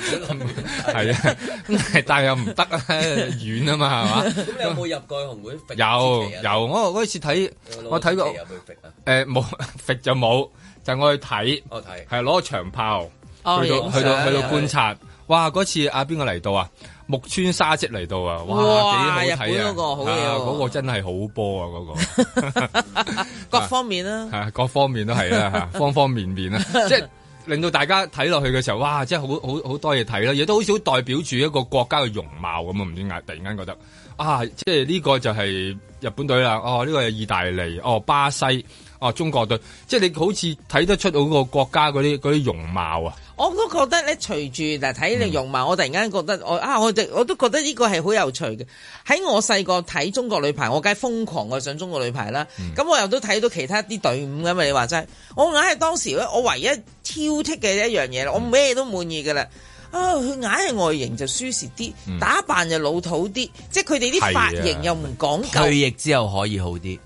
係啊，咁但係又唔得啊，遠啊嘛，係 嘛？咁你有冇入過紅會？有有，我我嗰次睇我睇過誒冇 揈就冇，就我去睇，我睇係攞個長炮。哦去到影去到相去到又觀察，哇！嗰次啊邊個嚟到啊？木村沙織嚟到啊！哇哇，幾好日睇啊！本嗰個好嘢喎啊嗰個真係好波啊！嗰各方面啦個， 啊各方面都係啦， 嚇方方面面啦，啊即係令到大家睇落去嘅時候，哇！即係好好好多嘢睇啦，亦都好少代表住一個國家嘅容貌咁啊！唔知點解突然間覺得啊，即係呢個就係日本隊啦，哦呢個係意大利，哦巴西，哦中國隊，即係你好似睇得出嗰個國家嗰啲嗰啲容貌啊！我都覺得咧，隨住嗱睇你容貌，我突然間覺得我啊，我哋我都覺得呢個係好有趣嘅。喺我細個睇中國女排，我梗係瘋狂愛上中國女排啦。咁、我又都睇到其他啲隊伍噶嘛，你話齋，我硬係當時咧，我唯一挑剔嘅一樣嘢啦，我咩都滿意噶啦。啊！佢硬係外形就舒適啲，打扮就老土啲，即係佢哋啲係啊髮型又唔講究。退誒呢、役之後可以好啲，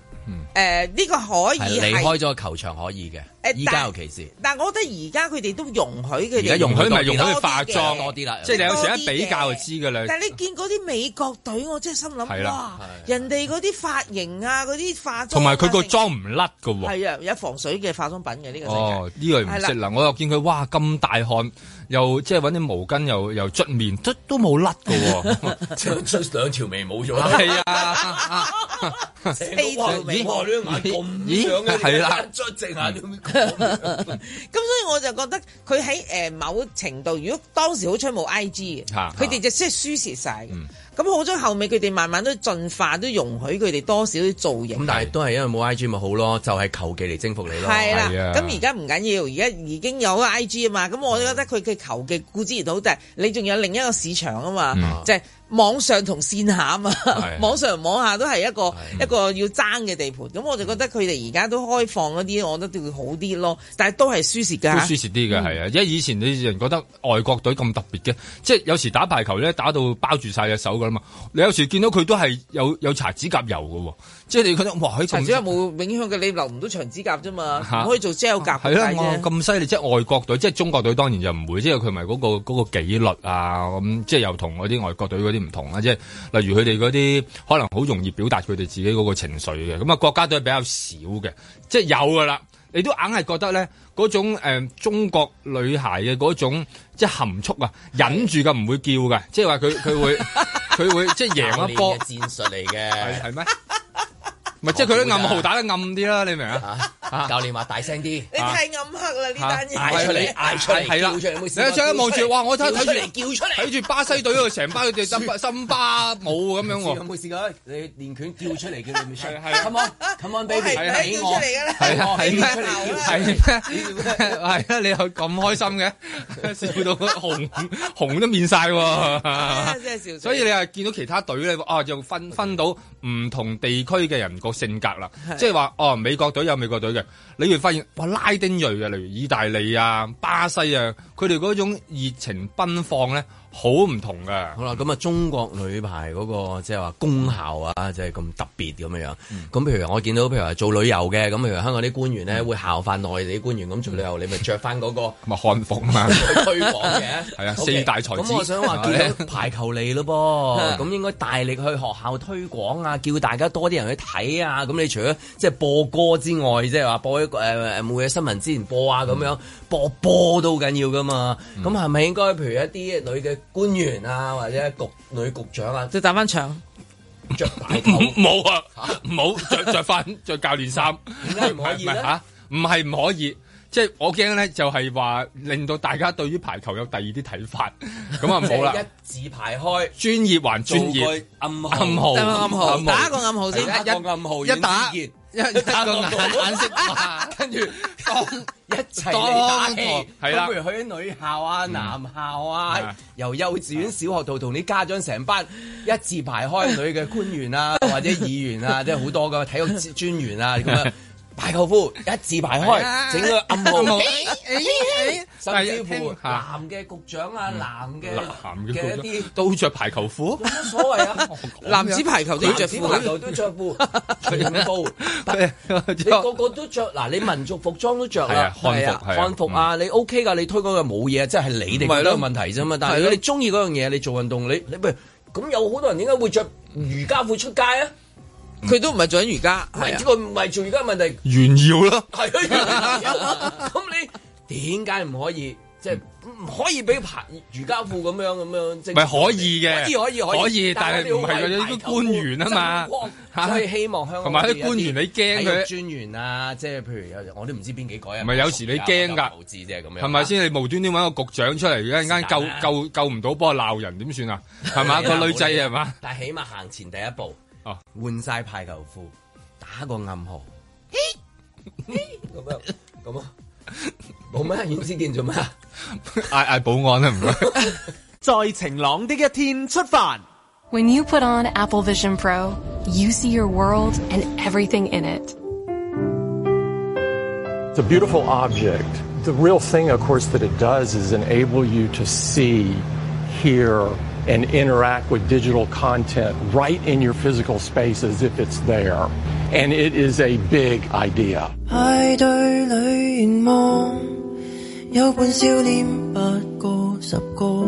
個可係以離係，開咗球場可以嘅。誒依家尤其是但我覺得而家佢哋都容許佢哋而家容許咪容容許化多啲嘅妝多啲啦，即係你有時一比較就知㗎啦。但係你見嗰啲美國隊，我真係心係諗啦哇，人哋嗰啲髮型啊，嗰啲化妝啊，同埋佢個妝唔甩㗎喎。係啊，啊有防水嘅化妝品嘅呢個世界。哦，呢個唔識啦！我又見佢哇咁大汗，又即係揾啲毛巾又又捽面，都都冇甩㗎喎。 出出兩條眉冇 咗啦，係啊，成個哇咦哇呢眼咦樣嘅，係啦捽直眼嗯咁樣。咁所以我就覺得佢喺誒某程度，如果當時好彩冇 I G 嘅，嚇嗯佢哋就即係輸蝕晒嘅。咁好彩後尾佢哋慢慢都進化，都容許佢哋多少啲造型咁。但係都係因為冇 I G 咪好咯，就係求其嚟征服你咯。係啦係啊，咁而家唔緊要，而家已經有 I G 啊嘛，咁我覺得佢嘅求嘅固之然好，但係你仲有另一個市場啊嘛，就係網上同線下啊嘛，嗯係 網上同網下都係一個一個要爭嘅地盤，咁我就覺得佢哋而家都開放嗰啲，我覺得都會好啲咯，但係都係輸蝕 都㗎輸蝕啲嘅係啊，因為以前你人覺得外國隊咁特別嘅，即係有時打排球咧打到包住晒隻手㗎啦嘛。你有時見到佢都係有有搽指甲油㗎喎，即係你覺得哇喺陳主任冇永響嘅，你留唔到長指甲啫嘛，嚇唔可以做 gel 甲係啦，咁哇解啫咁犀利！即係外國隊，即係中國隊當然就唔會，即係佢咪嗰個嗰、個紀律啊，咁即係又同嗰啲外國隊嗰啲唔同啦。即係例如佢哋嗰啲可能好容易表達佢哋自己嗰個情緒嘅，咁啊國家隊比較少嘅，即係有噶啊啦。你都硬係覺得咧嗰種、呃、中國女孩嘅嗰種即係含蓄啊，忍住嘅唔會叫嘅，即係話佢佢會佢會即係教贏一練 波嘅。戰術嚟係嘅，係咩？唔係即係佢啲暗號打得暗啲啦，你明啊？教練話大聲啲。你太暗黑啦呢單嘢，嗌出嚟，嗌出嚟，係啊啦叫出嚟，有冇試過你一張一望住哇我睇叫出睇嚟，叫出嚟，睇住巴西隊嗰度成班佢 哋森森巴舞咁樣有喎，冇試過？你練拳叫出嚟，叫你 Michelle，係啊 come on，come 我係 on，baby，啊唔使俾叫我出嚟，㗎啦，係哦啊係咩？叫出嚟叫出嚟係咩？係啊！你又咁開心嘅，笑到紅紅都面晒 啊喎。真係笑死。啊所以你又見到其他隊咧，哦，就分分到唔同地區嘅人個性格啦，即係話哦，美國隊有美國隊嘅，你會發現哇，拉丁裔嘅，例如意大利啊、巴西啊，佢哋嗰種熱情奔放咧，好唔同㗎。好啦，咁啊，中國女排嗰、個即係話功效啊，即係咁特別咁樣樣。咁、譬如我見到，譬如話做旅遊嘅，咁譬如香港啲官員咧，會效法內地啲官員咁做旅遊，你咪着翻嗰個咪漢服 啊嘛。推廣嘅。係啊 OK，四大才子啊咁我想話見到排球嚟咯噃，咁應該大力去學校推廣啊，叫大家多啲人去睇啊。咁你除咗即係播歌之外，即係話播一個誒誒每日新聞之前播啊咁嗯樣，播波都好緊要噶嘛。咁係咪應該譬如一啲女嘅官員啊，或者局女局長啊，就打翻場。着大唔頭， 冇啊，唔好着着翻 着教練衫，點解唔可以咧係吓，唔係唔可以。即係我驚咧，就係話令到大家對於排球有第二啲睇法，咁啊唔好啦。 即係一字排開，專業還專做業，個暗號暗號打個暗號打個暗號先係一個暗號，一打袁子健 個眼眼色啊 跟住當一齊嚟打氣，當係啦咁譬如去啲女校啊、男校嗯啊，由幼稚園、小學度同啲家長成班一字排開，女嘅官員 啊，或者議員啊，即係好多噶體育專員啊咁 樣。排球夫一字排啊開，整個暗號，甚至乎男嘅局長啊，男嘅嗯男嘅嘅一啲都着排球 褲，冇乜所謂啊，男子排球都要着男子排褲，球都着 褲，全部。你個個都着嗱，你民族服裝都着係啊啊，漢服係啊係啊漢服啊，你 OK 噶，你推嗰個冇嘢，即係你哋咪覺得咯有問題啫嘛。但係係如咯果你中意嗰樣嘢，你做運動，你你喂咁有好多人點解會着瑜伽褲出街啊？佢都唔係做緊瑜伽，唔係係啊呢個唔係做瑜伽問題，炫耀咯。係啊，咁你點解唔可以即係唔可以俾排瑜伽褲咁樣咁樣？即係咪可以嘅，可以可以可以可以，但係唔係嗰啲官員啊嘛，嚇所以希望香港同埋哦啊啲官員你驚佢專員啊，即係譬如有我都唔知邊幾個啊，唔係有時你驚㗎投資啫咁樣，係咪？先？你無端端揾個局長出嚟，一陣間是但救啦救救唔到，幫我鬧人點算啊？啊係係嘛，啊個女仔係嘛？？但係起碼行前第一步，哦換晒排球褲，打個暗號，咁樣咁啊，冇咩阮之健做咩啊？ 嗌嗌保安啦，啊唔該。在晴朗的一天出發。 When you put on Apple Vision Pro, you see your world and everything in it. It's a beautiful object. The real thing, of course, that it does is enable you to see, hear, and interact with digital content right in your physical space as if it's there. And it is a big idea. 派對裏凝望，有半少年八個十個，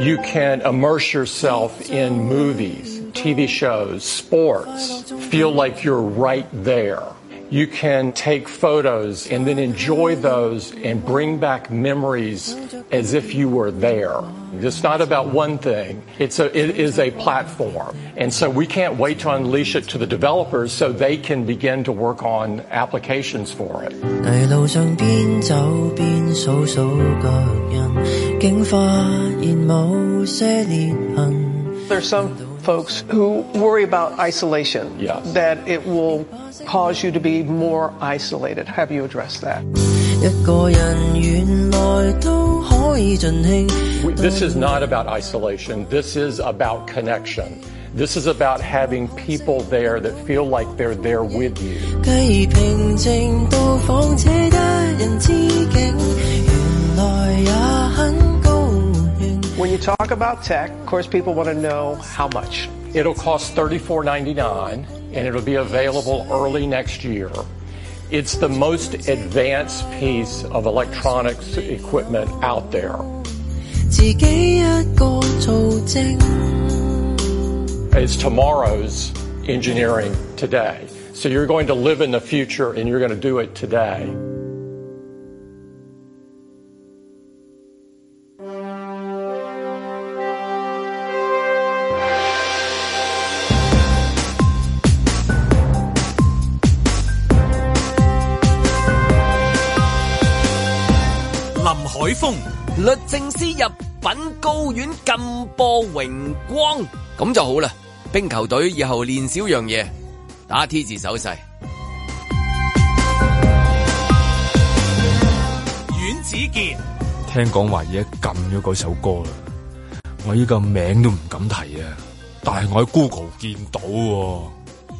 You can immerse yourself in movies, TV shows, sports, feel like you're right there. You can take photos and then enjoy those and bring back memories as if you were there. It's not about one thing. It's a, it is a platform. And so we can't wait to unleash it to the developers so they can begin to work on applications for it. 泥路上邊走邊數數腳印，竟發現某些裂痕。 There's some folks who worry about isolation, Yes. that it will cause you to be more isolated. Have you addressed that? 一個人原來都可以盡興。 We- This is not about isolation. This is about connection. This is about having people there that feel like they're there with you. 繼平靜到房車一人之境，原來也很高興。 When you talk about tech, of course, people want to know how much. It'll cost $34.99 and it'll be available early next year. It's the most advanced piece of electronics equipment out there. 自己一個做精。 It's tomorrow's engineering today. So you're going to live in the future and you're going to do it today. 林海峰、律政司入禀高院禁播榮光，咁就好啦。冰球隊以後練少樣嘢，打 T 字手勢。阮子健、聽講話而家禁咗嗰首歌啦，我依個名都唔敢提啊！但係我喺 Google 見到喎，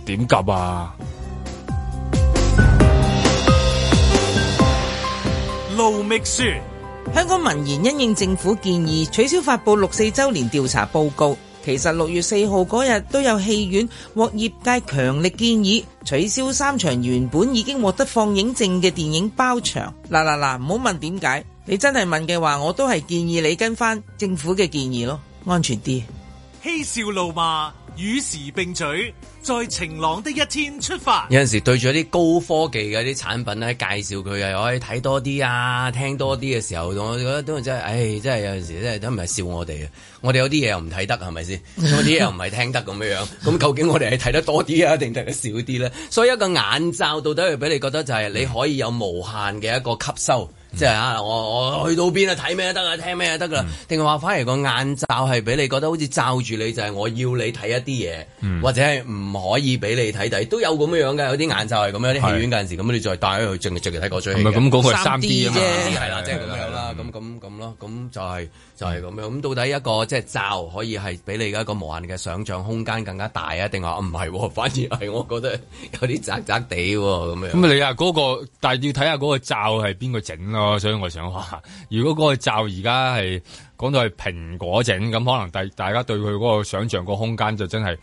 點及啊？盧覓雪、香港民研因應政府建議取消發布六四週年調查報告，其實六月四號嗰日都有戲院獲業界強力建議取消三場原本已經獲得放映證嘅電影包場。嗱嗱嗱，唔好問點解，你真係問嘅話，我都係建議你跟翻政府嘅建議咯，安全啲。嬉笑怒罵，與時並舉，在晴朗的一天出發。有陣時對住一啲高科技嘅啲產品咧，介紹佢又可以睇多啲啊，聽多啲嘅時候，我覺得都真係，唉，真係有陣時真係都唔係笑我哋啊！我哋有啲嘢又唔睇得，係咪先？有啲嘢又唔係聽得咁樣樣。咁究竟我哋係睇得多啲啊，定睇得少啲咧？所以一個眼罩到底係俾你覺得就係你可以有無限嘅一個吸收。即係啊，我我去到邊啊，睇咩得啊，聽咩得噶嗯啦，定係話反而個眼罩係俾你覺得好似罩住你，就係、我要你睇一啲嘢，嗯或者係唔可以俾你睇睇，都有咁樣樣嘅，有啲眼罩係咁樣，有啲戲院嗰陣時咁，你再戴咗去淨淨係睇嗰出戲嘅。唔係咁嗰個係 3D 啊嘛啫，係啦，係即係咁樣啦，咁咁咁咯，咁就係就係咁樣。咁到底一個即係罩可以係俾你一個無限嘅想像空間更加大啊？定話唔係喎，反而係我覺得有啲窄窄地喎咁樣。咁你啊嗰、個，但係要睇下嗰個罩係邊個整咯，所以我想話， 如果嗰個罩而家係講到係蘋果整，咁可能大大家對佢嗰個想像個空間就真係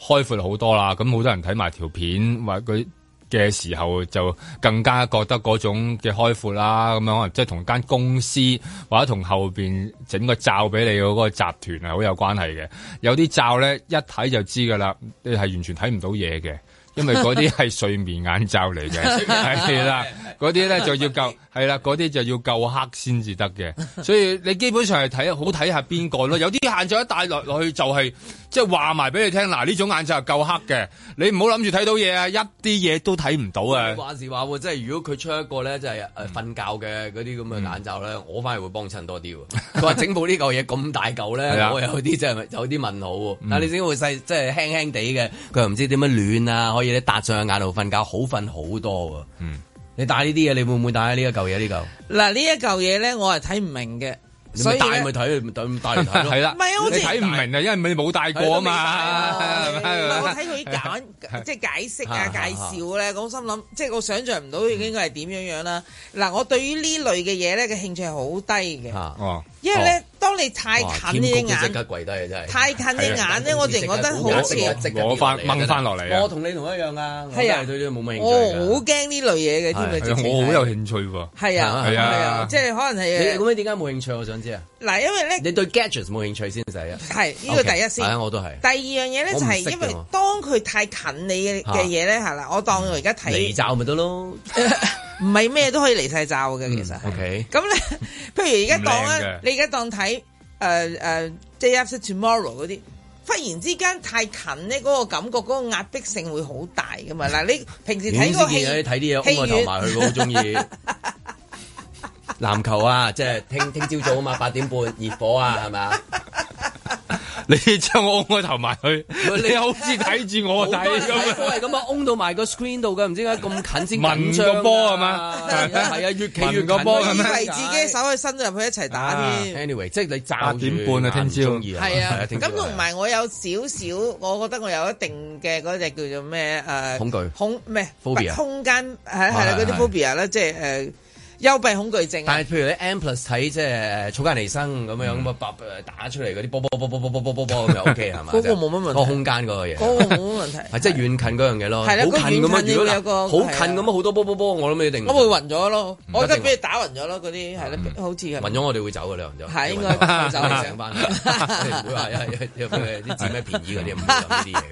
開闊好多啦。咁好多人睇埋條片或佢嘅時候，就更加覺得嗰種嘅開闊啦。咁樣可能即係同間公司或者同後邊整個罩俾你嗰個集團係好有關係嘅。有啲罩咧一睇就知㗎啦，你係完全睇唔到嘢嘅。因為嗰啲係睡眠眼罩嚟 嘅，係啦，嗰啲 咧就要夠，係啦，嗰啲就要夠黑先至得 嘅，所以你基本上係睇好睇下邊個咯。有啲眼罩一戴落落去就係即係話埋俾你聽，嗱呢種眼罩係夠黑嘅，你唔好諗住睇到嘢啊，一啲嘢都睇唔到啊。話時話喎，即係如果佢出一個咧，就係嗯誒瞓覺嘅嗰啲咁嘅眼罩咧，我反而會幫襯多啲喎。 佢話整部呢嚿嘢咁大嚿係咧，啊嗯我有啲真係有啲問號喎。但係你整部細即係輕輕地嘅，佢又唔知點樣暖啊，可以咧搭上眼度瞓覺，好瞓好多喎。嗯，你戴呢啲嘢，你會唔會戴呢一嚿嘢呢嚿？嗱呢一嚿嘢咧，我係睇唔明嘅，你所咪以戴呢咪睇，咪戴咪戴嚟睇咯。 係啦，唔係啊好似你睇唔明啊，因為你冇戴過啊嘛。唔 係我啊睇佢簡即係解釋啊、啊啊介紹咧，咁心諗即係我想象唔到應該係點樣樣啦。嗯嗱，我對於呢類嘅嘢咧嘅興趣係好低 嘅，哦，因為咧，當你太哇近呢隻添谷都即刻眼，跪低啊！真係啊太近隻眼咧，我淨覺得好似攞返掹返落嚟啊我同你同一樣啊，我都係啊係對呢個冇乜興我趣㗎好驚呢類嘢嘅添啊 直情係哎我好有興趣喎。係啊係係啊啊，即係可能你係咁樣點解冇興趣？我想知啊。嗱，因為咧你對 gadgets 冇興趣先就係啊。係呢個第一 OK，係啊先，我都係。第二樣嘢咧我就唔係識㗎因為我當佢太近你嘅嚇嘅嘢咧，係啦，我當我而家離睇罩咪得咯。唔係咩都可以離晒罩嘅，其實。 OK。咁咧，譬如而家當唔靚嘅啊，你而家當睇誒誒 Day After Tomorrow 嗰啲，忽然之間太近咧，嗰、個感覺嗰、個壓迫性會好大 噶嘛。嗱，你平時睇影嗰先個戲見有啲睇啲嘢，擁個頭埋去，我好 中意。籃球啊，即係聽聽朝早啊嘛，八點半熱火啊，係咪啊？你將我個頭埋去，你好似睇住我睇咁我啊。係咁啊，擁到埋個 screen 度嘅，唔知點解咁近先緊聞張個啊波係嘛？係啊，越企越聞個波咁以樣為自己手去伸咗入去一齊打添。 Anyway，即係你罩八點半啊，聽朝 係係啊，聽咁同埋我有少少，我覺得我有一定嘅嗰只叫做咩誒恐懼恐咩 Phobia 空間係係啦係嗰啲係 phobia 啦，即係誒幽閉恐懼症啊但係譬如你 M plus 睇即係草間彌生咁嗯樣咁啊，白誒打出嚟嗰啲波波波波波波波波波咁就 OK 係嘛？ 嗰個冇乜問題嗰個空間嗰個嘢。啊嗰個冇乜問題。 係即係遠近嗰樣嘢咯，好係啦近咁個樣遠近如果你有個啊嗱好近咁啊樣好多波波波，我諗你一定我會暈咗咯，我覺一得定俾你打暈咗咯，嗰啲係啦，好似係暈咗，我哋會走嘅兩人就係應該會走 你醒翻，你唔會話哎有有有咩啲 佔咩便宜嗰啲，唔會諗呢啲嘢。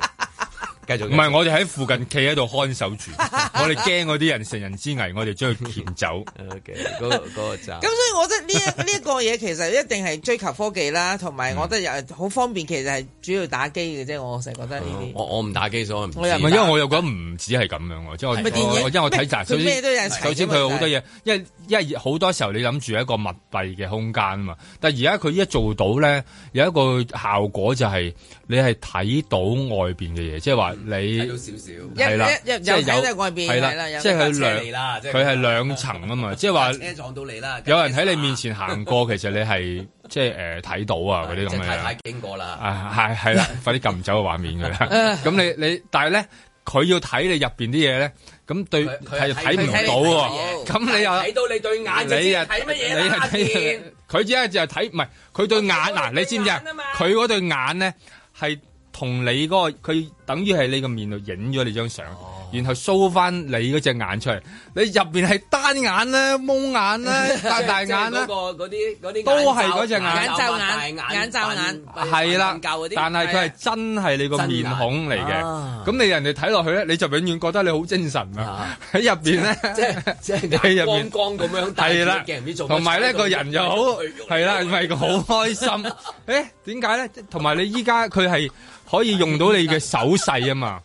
繼續唔係，我哋喺附近企喺度看守 住，我哋驚嗰啲人成人之危，我哋將佢鉗 走。 OK，嗰個嗰個站咁所以我覺得呢一呢一個嘢其實一定係追求科技啦，同埋我覺得又好方便，其實係主要打機嘅啫，我成日覺得呢啲。我我唔打機，所以我唔知。我又唔唔係，因為我又覺得唔止係咁樣喎，即係我咪電影我我因為我睇咩集，首佢咩先都有人齊首先㗎嘛佢好多嘢，因為因為好多時候你諗住一個密閉嘅空間啊嘛，但係而家佢一做到咧，有一個效果就係你係睇到外邊嘅嘢，即係話你睇到少少係啦，嗯一一一即係有睇到外邊係係啦有啦，即係架車佢嚟啦兩即係佢係兩層啊嘛，即係話車撞到你啦，有人喺你面前行過，其實你係即係誒睇到啊嗰啲即咁係嘅太太樣。經過啦。啊，係係啦，快啲撳走個畫面佢 啦。咁你你，但係咧，佢要睇你入邊啲嘢咧，咁對係睇唔到喎。咁你又睇到你對眼就知你又睇乜嘢你又啊啦，睇佢只係就係睇，唔係佢對眼嗱，你知唔知啊？佢嗰對眼咧係同你嗰個，佢等於係你個面度影咗你張相，然後 show 翻你嗰隻眼出嚟。你入邊係單眼啦、蒙眼 啦、大大眼啦即係。嗰個嗰啲嗰啲都係嗰隻眼眼罩眼罩眼眼罩眼係啦瞓覺嗰啲，啊但係佢係真係你個面孔嚟嘅。咁你人哋睇落去咧，你就永遠覺得你好精神啊！喺入邊咧，即係即喺係入光邊光咁樣，但係啦係鏡唔知，做乜哎同埋咧喺度個人又好係啦，咪好開心。 誒哎點解咧？同埋你依家佢係可以用到你嘅手勢啊嘛。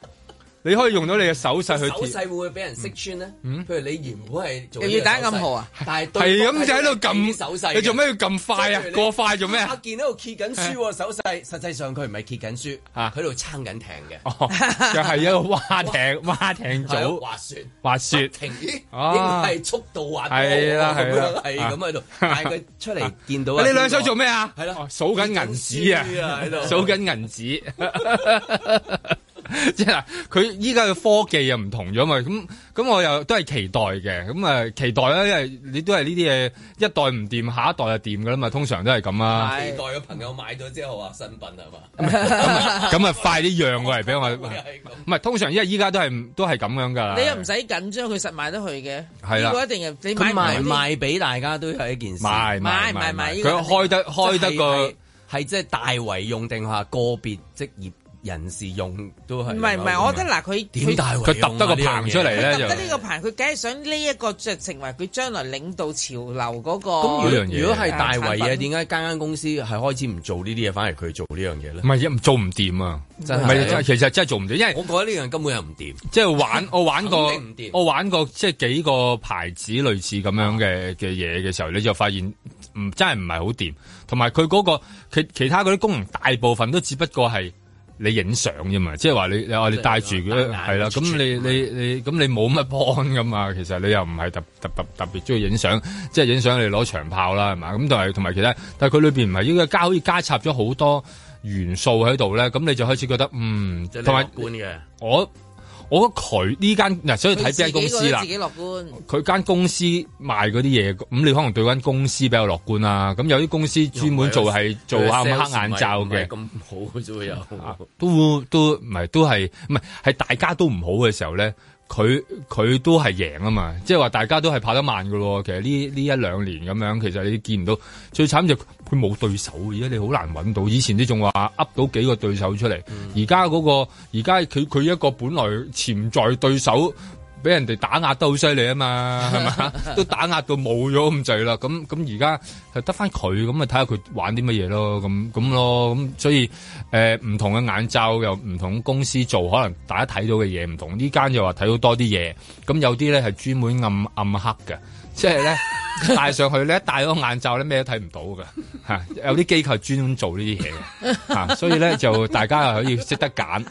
你可以用到你嘅手勢去手貼。勢會唔會俾人識穿咧？譬如你原本係做又要打暗號啊但係係咁就喺度撳手勢嘅，你做咩要咁快啊即係譬如你過快做咩啊我見喺度揭緊書喎，手勢實際上佢唔係揭緊書，佢喺度撐緊艇 嘅。哦就係一個蛙艇蛙艇係咯組滑雪，滑雪停， 咦應啊該係速度滑波係啦咁 係啦樣係咁喺度，但係佢出嚟見到你兩手做咩啊？係咯，數緊銀紙見緊書啊喺度啊， 數緊銀紙。 即係嗱，佢依家嘅科技又唔同咗嘛，咁咁我又都係期待嘅，咁啊期待啦，因為你都係呢啲嘢一代唔掂，下一代就掂噶啦嘛，通常都係咁啊。期待嘅朋友買咗之後話新品係嘛？ 咁啊快啲讓過 嚟俾我，唔係通常因為依家都係都係咁樣㗎啦。你又唔使緊張，佢實賣得去嘅。係啦呢個一定係你佢買賣唔買賣俾大家都係一件事，賣賣賣賣賣賣呢個佢開得開得個係係即係大圍用定下個別職業人士用都係啊唔係唔係，我覺得嗱，佢點大圍佢揼得個用啊棚出嚟咧呢樣嘢就得呢個牌，佢梗係想呢一個就成為佢將來領導潮流嗰個咁如果嗰樣嘢如果係大圍產嘅，品點解間間公司係開始唔做呢啲嘢，反而佢做呢樣嘢咧唔？係做唔掂啊！真係唔係其實真係做唔掂，因為 我覺得呢樣根本又唔掂。即係玩，我玩過肯定唔掂，我玩過即係幾個牌子類似咁樣啊嘅嘅嘢嘅時候，你就發現唔真係唔係好掂，同埋佢嗰個其其他嗰啲功能大部分都只不過係你影相啫嘛，即係話你你我哋戴住係啊嘅啦係啦，咁你你你咁你冇乜 point 噶嘛，其實你又唔係特特特特別中意影相，即係影相你攞長炮啦係嘛，咁同埋同埋其他，但係佢裏邊唔係應該加可以加插咗好多元素喺度咧，咁你就開始覺得嗯即係，你同埋樂觀嘅，我我覺得佢呢間嗱，所以睇邊間公司佢啦自。己樂觀。佢間公司賣嗰啲嘢，咁你可能對間公司比較樂觀啦。咁有啲公司專門做係做下咁黑眼罩嘅，咁好嘅啫喎又。都都唔係都係唔係係大家都唔好嘅時候咧，佢佢都係贏啊嘛。即係話大家都係跑得慢嘅咯。其實呢呢一兩年咁樣，其實你見唔到最慘就佢冇對手，而家你好難揾到。以前你仲話噏到幾個對手出嚟，而家嗰個而家佢佢一個本來潛在對手。俾人哋打壓得好犀利啊嘛，係嘛？都打壓到冇咗咁滯啦。咁咁而家係得翻佢咁啊，睇下佢玩啲乜嘢咯。咁咁咯，咁所以誒唔、同嘅眼罩又唔同公司做，可能大家睇到嘅嘢唔同。呢間就話睇到多啲嘢，咁有啲咧係專門暗暗黑嘅， 即係咧戴上去咧戴咗個眼罩咧咩都睇唔到㗎 嚇、有啲機構專門做呢啲嘢嘅嚇，所以咧就大家又可以識得揀。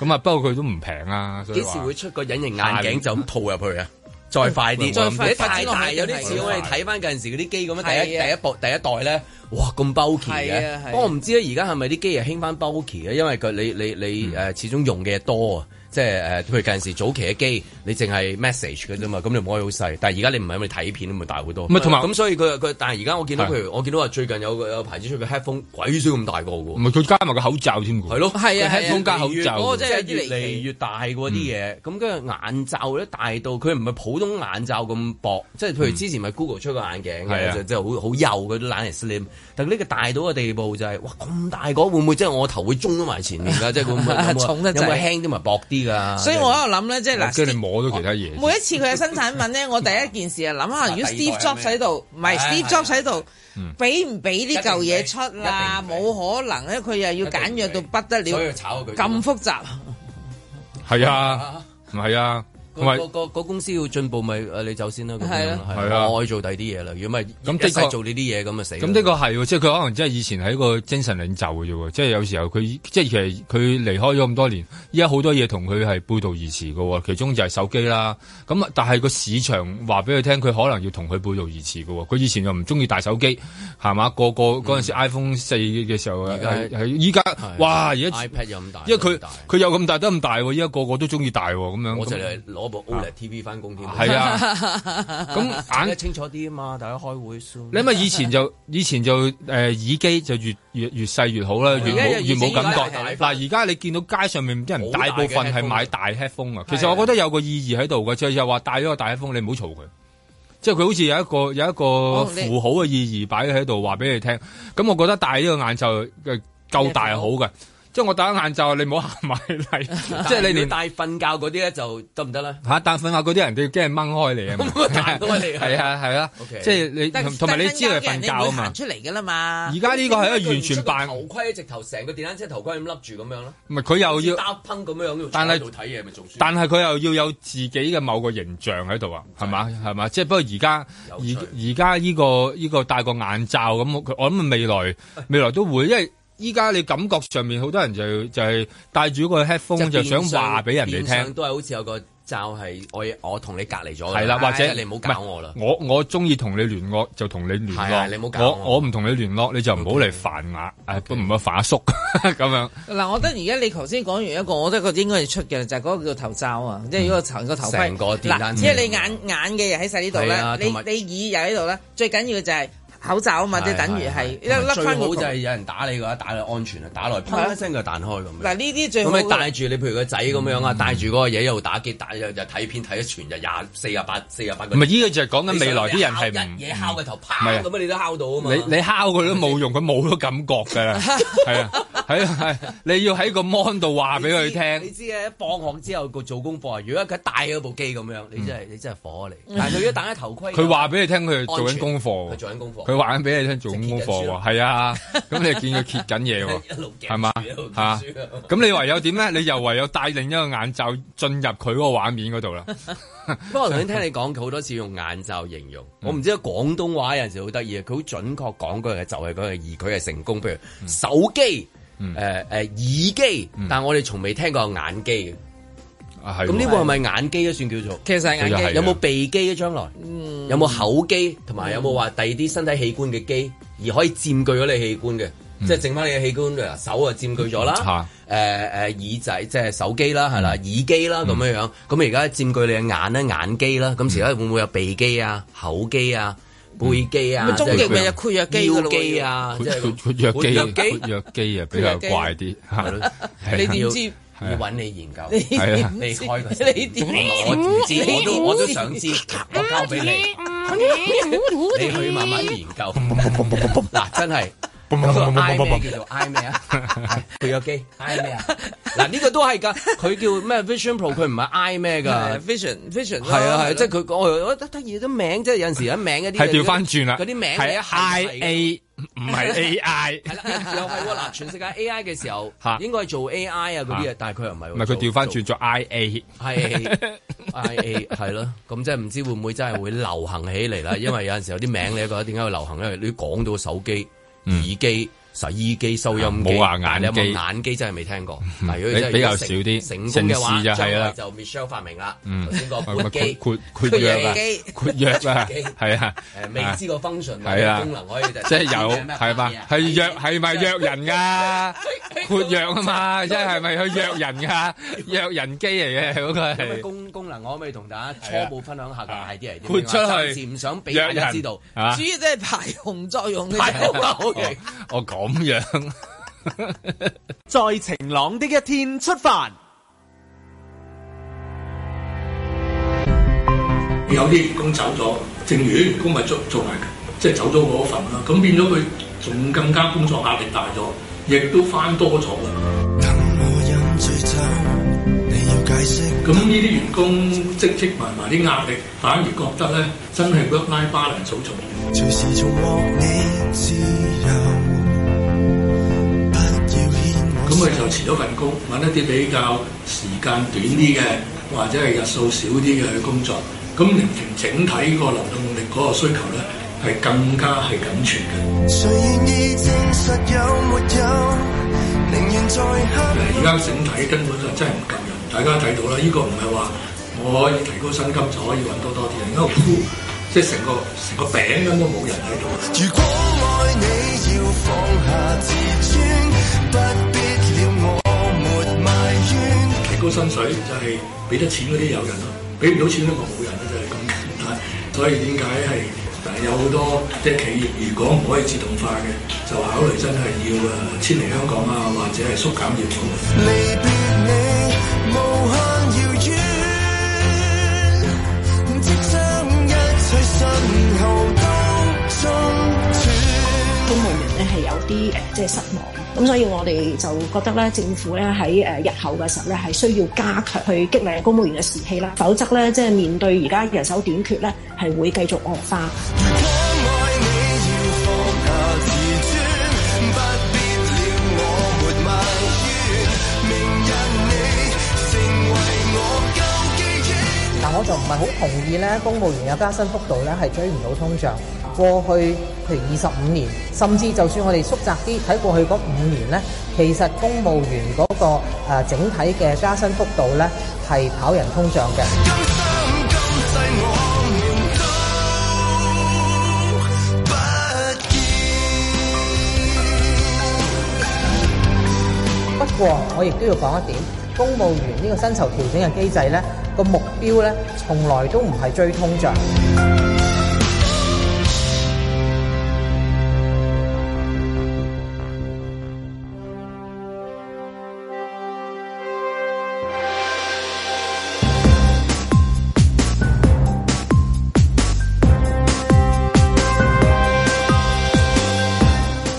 咁啊，不過佢都唔平啊。所以幾話時會出個隱形眼鏡就咁套入去啊？再快啲，再快你太大，有啲似我哋睇翻嗰陣時嗰啲機咁樣，第一第一部第一代咧，哇咁 bulky 係啊嘅。係啊不過我唔知咧，而家係咪啲機係興翻 bulky 嘅？因為佢你你你誒始終用嘅嘢多啊。即係誒，譬如近時早期嘅機，你淨係 message 嘅啫嘛，咁你唔可以好細。但係而家你唔係因為睇片，咁咪大好多。唔係同埋咁，所以佢佢，但係而家我見到，係譬如我見到話最近有個有個牌子出嘅 headphone，鬼死咁大個嘅喎唔。係佢加埋個口罩添㗎。係咯，係啊佢係啊 headphone 加口越罩，嗰個真係即係越越嚟越嚟越大嗰啲嗯嘢。咁跟住眼罩咧大到佢唔係普通眼罩咁薄，即係譬如嗯之前咪 Google 出個眼鏡係嘅，啊就就好好幼嗰啲懶嚟 slim。但呢個大到嘅地步就係哇咁大個會唔會即係我頭會中咗埋前面 㗎？即係會唔會有冇啊重得有滯冇輕啲咪薄啲㗎？所以我喺度諗咧，即係嗱即係你摸到其他嘢。每一次佢嘅新產品咧，我第一件事係諗下，如果 Steve 第二代係 Jobs 咩喺度，唔係係 Steve 係 Jobs 喺度，俾唔俾呢嚿嘢出一啦？定俾冇可能咧，佢又要簡約到不得所以了，炒佢咁複雜。係啊， 唔係啊，同埋個個個公司要進步咪誒你走先啦咁係樣啊啦，係啊我可以做第二啲嘢啦。如果咪咁一的世確做呢啲嘢咁啊死啦。咁呢個係喎，即係佢可能真係以前係一個精神領袖嘅啫喎，即係有時候佢即係其實佢離開咗咁多年，依家好多嘢同佢係背道而馳嘅喎，其中就係手機啦。咁啊但係個市場話俾佢聽，佢可能要同佢背道而馳嘅喎。佢以前又唔中意大手機，係嘛？個個嗰陣時 iPhone 四嘅時候，嗯啊家係係依家哇！而家 iPad 又咁大，因為佢咁大佢有咁大得咁大喎，依家個個都中意大喎，咁樣我咁就啊嚟攞部 E OLED TV 翻工添。係啊， 咁眼眼清楚啲啊嘛，大家開會 soon 你咪以前就以前就誒、呃、耳機就越越越細越好啦，越而家冇又越冇感而家又覺。嗱，而家你見到街上面啲人大部分係買大 headphone 啊，其實我覺得有個意義喺度嘅，就係又話戴咗個大 headphone，你唔好嘈佢。即係佢好似有一個有一個你符號呃嘅意義擺喺度，話俾你聽。咁我覺得戴呢個眼罩嘅夠大好嘅，即係我打晏晝，你唔好行埋嚟， 即係你連帶瞓覺嗰啲咧就得唔得咧？嚇但瞓下嗰啲人哋驚掹開你啊嘛，彈開你 係啊係啊 OK，即係你但同同埋你知道佢瞓但瞓覺覺嘅人啊你唔會嘛行。出嚟㗎啦嘛。而家呢個係一個完全扮頭盔，直頭成個電單車頭盔咁笠住咁樣咯。唔係佢又要搭烹咁樣樣，但係坐喺度睇嘢咪仲舒服。但係佢又要有自己嘅某個形象喺度啊，係嘛係嘛？即係不過而家而而家呢個呢個戴個眼罩咁，佢我諗未來未來都會，因為依家你感覺上面好多人就就係戴住個 headphone 就想話俾人哋變相聽。都係好似有個罩係我我同你隔離咗㗎。係啦，或即者係你唔好搞我啦。我我中意同你聯絡就同你聯係啊絡，你唔好搞我我啊我唔同你聯絡你就唔好嚟煩我，誒不唔好煩阿叔 咁樣。嗱，我覺得而家你頭先講完一個，我覺得佢應該係出嘅，就係、嗰個叫頭罩啊，即係嗰個頭個頭盔。成個電單嗱，車因為你眼眼嘅又喺晒呢度係啊啦，你同埋你耳又喺度啦，最緊要就係口罩啊嘛，即係等於係一同埋粒最翻好個就係頭。有人打你嘅話，打你安全啊，打落嚟砰一聲佢就彈開咁樣。嗱呢啲 最好啊咁㗎你啦。帶住你譬如個仔咁樣啊，帶住嗰個嘢一路打機，打又又睇片睇咗全日廿四廿八四廿八個。唔係呢個就係講緊未來啲人係唔一嘢敲個頭，唔係砰啊咁你都敲到啊嘛。你你敲佢都冇用，佢冇咗感覺㗎 啦，係啊，係啊，係啊，你要喺個 mon 度話俾佢你聽，知嘅，放學之後個做功課，啊如果佢戴咗部機咁樣，你真係你真係火啊你。但係佢如果戴咗頭盔，嗯佢話俾你聽佢做安緊全功課佢喎，做緊功課，佢話緊俾你聽做緊功即係揭緊課書咯，喎，係啊，咁你見佢揭緊嘢喎 一路夾係嘛住一路揭嚇書啊？咁你唯有點咧？你又唯有戴另一個眼罩進入佢嗰個畫面嗰度啦。不過我頭先聽你講，佢好多次用眼罩形容，我唔知廣東話有陣時好得意啊！佢好準確講嗰樣嘢就係嗰樣，而佢係成功。譬如手機、誒誒耳機，但我哋從未聽過有眼機嘅。啊係喎咁呢個係咪眼機都算叫做？其實係眼其實係鏡啊。有冇鼻機咧？將來嗯有冇口機，同埋有冇話第二啲身體器官嘅機，而可以佔據咗你器官嘅，即係剩翻你嘅器官嗱，手啊佔據咗啦嗯嚇，嗯誒誒耳仔即係手機啦，係啦，耳機啦咁樣樣，咁而家佔據你嘅眼咧，眼機啦，咁而家會唔會有鼻機啊、口機啊、嗯背機啊咁、終極咪有括約肌㗎腰咯喎機啊，即係佢佢約括約機，肌佢約機啊，比較怪啲。係 咯係啊你點知？要揾你研究。你係啊你點知開個你點知？我唔知，我你都我都想知，我交俾你，你去慢慢研究。嗱，真係。I 咩叫做 I 咩啊？佢有機 I 咩啊？嗱呢個都係㗎，佢叫咩 Vision Pro，佢唔係 I 咩㗎係。vision vision 係啊係啊，即係係佢講我覺得得意啲名，即係有陣時啲名嗰啲係調翻轉啦，嗰啲名你一係下 I A 唔係 A I。係啦，又係喎嗱，全世界 AI 嘅時候嚇應該係做 AI 啊嗰啲啊嚇，但係佢又唔係喎。唔係佢做調翻做轉咗 I A，係 I A 係咯，咁即係唔知會唔會真係會流行起嚟 啦？因為有陣時有啲名你覺得點解會流行，因為你講到手機、耳機、洗衣機、收音機，嗯啊冇話眼但係你有機冇眼機真係未聽過。嗱，如果比真係比較要成少啲成功嘅話，城市就係啦將來就 Michelle 發明啦。嗯頭先個係咪撥機。括括括約啊括約機，括約啊括約機，係啊，誒未知個 function 或係者啊功能可以就即係有咩咩係嘛咩啊，係約係咪約人噶？括約啊嘛，即係係咪去約人噶？約人機嚟嘅嗰個咁嘅係功功能，我可唔可以同大家係啊初步分享下個 idea 係點樣啊？豁出去暫時唔想俾大家知道。啊主！要都係排洪作用嘅係啫。好嘅哦。哦咁樣，在晴朗的一天出發。有啲員工走咗，正如啲員工咪做做埋，即係走咗嗰份啦。咁變咗佢仲更加工作壓力大咗，亦都翻多咗啦。咁呢啲員工積積埋埋啲壓力，反而覺得咧，真係 work-life balance 好重要。咁佢就辭咗份工，揾一啲比較時間短啲嘅，或者係日數少啲嘅去工作。咁令整體個勞動力嗰個需求咧，係更加係緊缺嘅。而家整體根本就真係唔夠人，大家睇到啦。呢、個唔係話我可以提高薪金就可以揾到多啲人，因為鋪即係成個成個餅根本冇人喺度。提高薪水就係俾得錢嗰啲有人咯，俾唔到錢嗰個冇人咯，就係咁簡單。所以點解係誒有好多即係企業，如果唔可以自動化嘅，就考慮真係要誒遷離香港啊，或者係縮減業務。公務人咧係有啲誒，即係即係失望。咁所以我哋就覺得咧，政府咧喺誒日後嘅時候咧，係需要加強去激勵公務員嘅士氣啦，否則咧即係面對而家人手短缺咧，係會繼續惡化。但我就唔係好同意咧，公務員嘅啊加薪幅度咧係追唔到通脹。過去譬如二十五年，甚至就算我哋縮窄啲睇過去嗰五年咧，其實公務員嗰、個、呃、整體嘅加薪幅度咧係跑人通脹嘅。不過我亦都要講一點，公務員呢個薪酬調整嘅機制咧，個目標咧從來都唔係追通脹。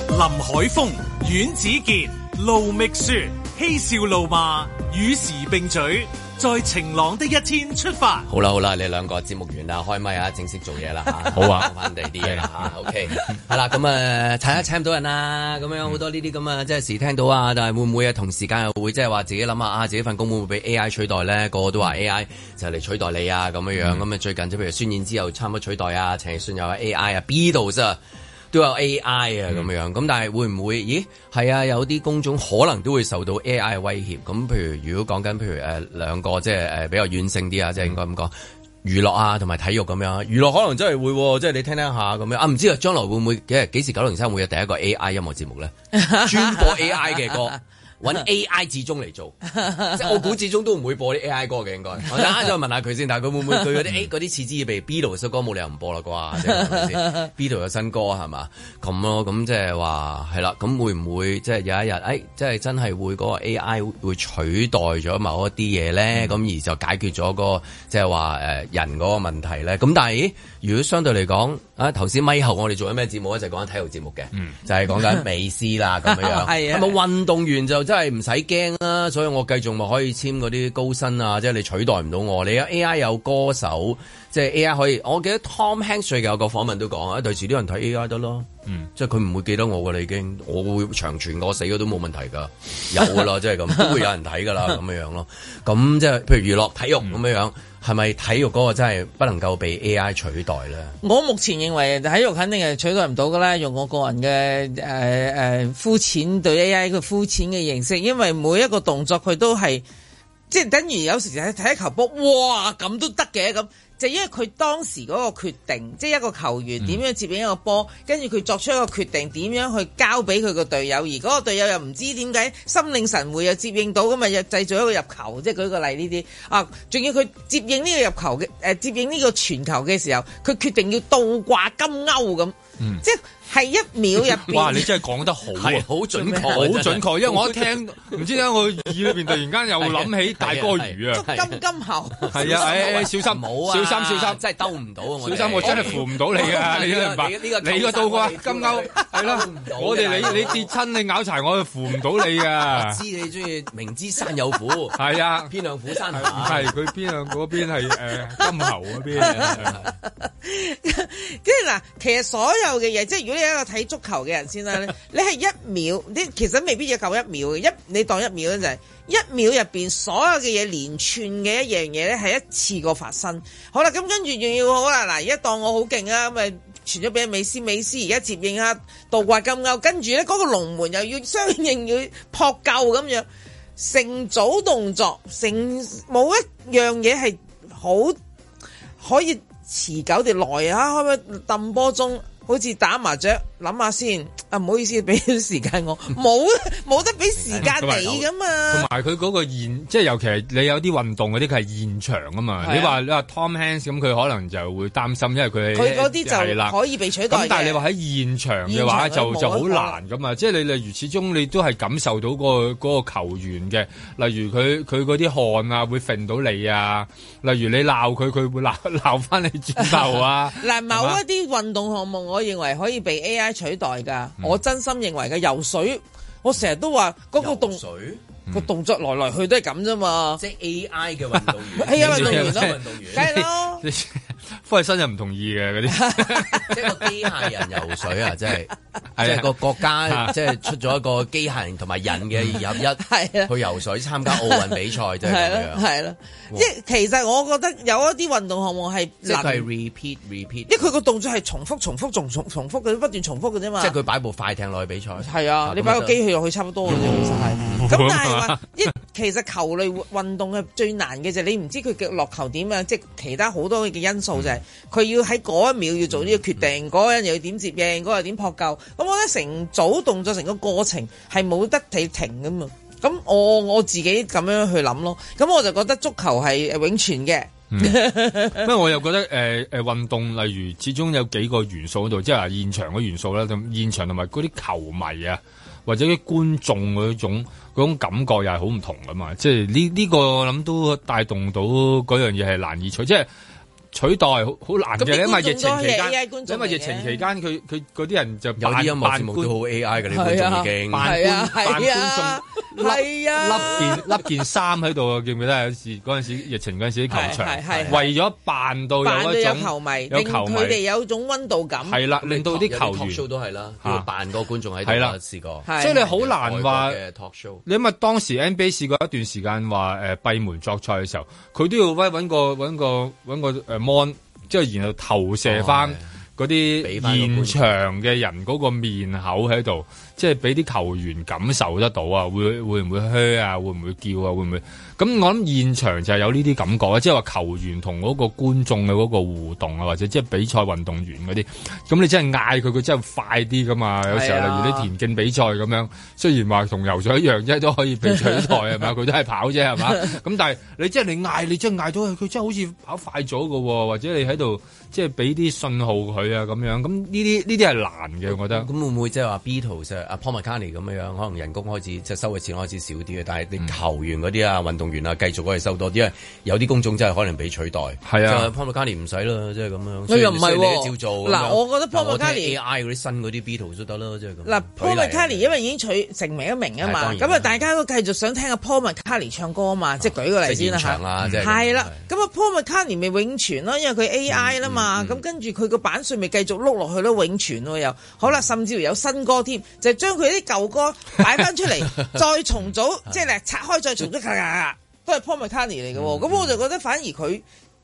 林海峰、阮子健、路觅雪，嬉笑怒罵，與時並舉，在晴朗的一天出發。好啦好啦，你兩個節目完啦，開咪啊，正式做 嘢啦嚇好啊講翻地啲嘢啦嚇 OK，係啦，咁啊，請一請唔到人啦，咁樣好多呢啲咁啊，即係時聽到啊，但係會唔會啊同時間又會即係話自己諗下啊，自己份工會唔會俾 AI 取代咧？個個都話嗯 AI 就嚟取代你啊咁樣樣，咁啊最近即係譬如孫燕姿又差唔多取代啊，陳奕迅又有 AI 啊，Beatles 啊。都有 AI 啊咁樣，咁但係會唔會？咦，係啊，有啲工種可能都會受到 AI 嘅威脅。咁譬如如果講緊譬如誒、呃、兩個即係誒比較軟性啲啊，即係應該咁講。娛樂啊，同埋體育咁樣，娛樂可能真係會喎，即係你聽聽下咁樣啊，唔知啊，將來會唔會幾幾時九零三會有第一個 AI 音樂節目咧？專播 AI 嘅歌，揾 AI 至終嚟做， 即係我估至終都唔會播啲 AI 歌嘅應該。我等下再問下佢先，但係佢會唔會對嗰啲 A 嗰啲似之以鼻 Beatles 首歌冇理由唔播啦啩？即係係咪先 Beatles 有新歌係嘛？咁咯，咁即係話係啦，咁會唔會即係有一日誒、哎，即係真係會嗰個 AI 會取代咗某一啲嘢嗯咧？咁、而就解決咗、個即係話誒人嗰個問題咧。咁但係咦如果相對嚟講啊，頭先咪後我哋做緊咩節目咧？就講緊體育節目嘅，就係講緊美斯啦咁樣樣。嗯 係啊咁運動員就真係唔使驚啦，所以我繼續咪可以簽嗰啲高薪啊，即係你取代唔到我。你有 AI 有歌手，即係 AI 可以。我記得 Tom Hanks 最近有個訪問都講啊，對住啲人睇 AI 得咯。嗯即係佢唔會記得我㗎啦，已經，我會長存我死咗都冇問題 㗎，有㗎啦，即係咁，都會有人睇㗎啦，咁樣樣咯。咁即係譬如娛樂、體育嗯咁樣樣，係咪體育嗰個真係不能夠被 AI 取代咧？我目前認為體育肯定係取代唔到噶啦，用我個人嘅誒誒膚淺對 AI 嘅膚淺嘅認識，因為每一個動作佢都係即係等於有時睇睇球波，哇咁都得嘅咁，就因為佢當時嗰個決定，即係一個球嗯員點樣接應一個波，跟住佢作出一個決定，點樣去交俾佢個隊友，而嗰個隊友又唔知點解心領神會又接應到，咁咪又製造一個入球，即係舉個例呢啲啊，仲要佢接應呢個入球嘅誒、呃接應呢個傳球嘅時候，佢決定要倒掛金鈎咁，嗯即係一秒入邊。 哇！你真係講得好啊，係好準確啊好真係 準確。因為我一聽，唔知點解我耳裏邊突然間又諗起大哥魚啊，金金喉係啊，誒誒小心，冇啊，小心小心，真係兜唔到啊！我哋小心我真係 扶唔到你啊！你明白？呢個你個到啊，金鈎係啦，我哋你你跌親你咬柴，我係扶唔到你我啊知！你中意明知山有虎，係 啊，偏向虎山唔行。係佢邊向嗰邊係誒金喉嗰邊，啊即係嗱，其實所有嘅嘢，即係如果你係一個睇足球嘅人先啦，你係一秒，你其實未必要夠一秒嘅，一你當一秒咧就係、一秒入邊所有嘅嘢連串嘅一樣嘢咧係一次過發生。好啦，咁跟住仲要好啦，嗱，而家當我好勁啊，咁咪傳咗俾美斯，美斯而家接應下倒掛金鈎，跟住咧嗰個龍門又要相應要撲救咁樣，成組動作，成冇一樣嘢係好。可以持久地耐啊，可唔可以揼波鐘？好似打麻雀，諗下先。啊，唔好意思，俾啲時 間我，冇冇得俾時間你噶同嘛。埋佢嗰個現，即係尤其係你有啲運動嗰啲，佢係現場啊係嘛。啊你話你話 Tom Hanks 咁，佢可能就會擔心，因為佢係佢嗰係啲啦就可以被取代咁嘅。但係你話喺現場嘅話現場就佢冇就好可能難噶嘛，即係你例如始終你都係感受到嗰、個嗰個球員嘅，例如佢佢嗰啲汗啊會揈到你啊，例如你鬧 佢佢會鬧鬧翻你轉頭啊，嗱，某係嘛一啲運動項目，我認為可以被 AI AI 取代㗎。嗯我真心認為嘅游水，我成日都話嗰個動嗯個動作來來去都係咁啫 嘛。即係 AI 嘅運動 員 AI 運動員你知唔咯，知啊運動員梗係咯。你 科學生就唔同意嘅嗰啲，即係個機械人游水 啊，真係，即啊係個國家啊嗯即係出咗一個機械人同埋人嘅二合一，係啊去游水參加奧運比賽，就係咁係咯，啊樣。係咯，即係其實我覺得有一啲運動項目係即係佢係能， repeat repeat，因為佢個動作係重複、重複、重重重複嘅，不斷重複嘅啫嘛。即係佢擺部快艇落去比賽。係啊，你擺個機器落去差唔多嘅啫，其實係。咁但係話，一 其實球類運動嘅最難嘅就係你唔知佢嘅落球點啊，即係其他好多嘅因素就係佢要喺嗰一秒要做呢個決定，嗰個人又要點接應，嗰個又點撲救。咁我覺得成組動作成個過程係冇得你停噶嘛。咁我我自己咁樣去諗咯。咁我就覺得足球係永存嘅。 不過我又覺得誒誒運動，例如始終有幾個元素喺度，即係嗱現場嘅元素啦，咁現場同埋嗰啲球迷啊，或者啲觀眾嗰種嗰種感覺又係好唔同噶嘛。即係呢呢個我諗都帶動到嗰樣嘢係難以取，即係取代好好難咁啲嘅，因為觀眾疫情期都係 AI 間觀，眾因為疫情期間佢佢嗰啲人就有啲音樂節目都好 AI 嘅，你觀眾已經啊扮係啊，扮係啊，係啊，件 笠件衫喺度啊，記唔記得有時嗰陣時疫情嗰陣時啲球係係係場，為咗扮到扮有到一有種球迷，有令球迷佢哋有種温度感。係啊啦，令到啲球員 talk show 都係啦，嚇要扮個觀眾喺度係啦啦，試過。係所以你好難話外國嘅 talk show。你諗下當時 NBA 試過一段時間話誒閉門作賽嘅時候，佢都要威揾個揾個揾個誒 mon，即係然後投射翻嗰俾啲返個觀眾現場嘅人嗰個面口喺度，即係俾啲球員感受得到啊！會會唔會噓啊？會唔會叫啊？會唔會？咁我諗現場就係有呢啲感覺啊！即係話球員同嗰個觀眾嘅嗰個互動啊，或者即係比賽運動員嗰啲，咁你真係嗌佢，佢真係快啲噶嘛？有時候係例啊如啲田田徑比賽咁樣，雖然話同游水一樣啫，都可以被取代係嘛，佢都係跑啫係嘛。咁但係你即係你嗌，你真係嗌到佢，真係好似跑快咗嘅喎，或者你喺度即係俾啲信號佢啊咁樣。咁呢啲呢啲係難嘅，我覺得咁。會唔會即係話 Beatles 啊、Paul McCartney 咁樣樣，可能人工開始即係收嘅錢開始少啲嘅，但係你球員嗰啲啊、運動員啊，繼續可以收多啲，因為有啲工種真係可能被取代。係啊，Paul McCartney 唔使啦，即係咁樣。佢又唔係雖然你喎都照做咁樣。嗱我覺得 Paul 嗱我聽 McCartney- AI 嗰啲新嗰啲 Beatles 都得啦，即係咁。嗱，Paul 舉例啊 McCartney 因為已經取成名一名啊嘛，係當然哦咁啊大家都繼續想聽阿 Paul McCartney 唱歌啊嘛，即係舉個例先即啦係現場啊即係咁係啦，咁啊 Paul McCartney 咪永存咯，因為佢 AI 嗯啦嘛，咁跟住佢個版税咪繼續碌落去咯，永存喎又。好啦，甚至乎有新歌添，就將佢啲舊歌擺翻 出嚟，再重組，即係咧拆開再重組，咔咔咔都係 Paul McCartney 嚟嘅嗯喎。咁我就覺得反而佢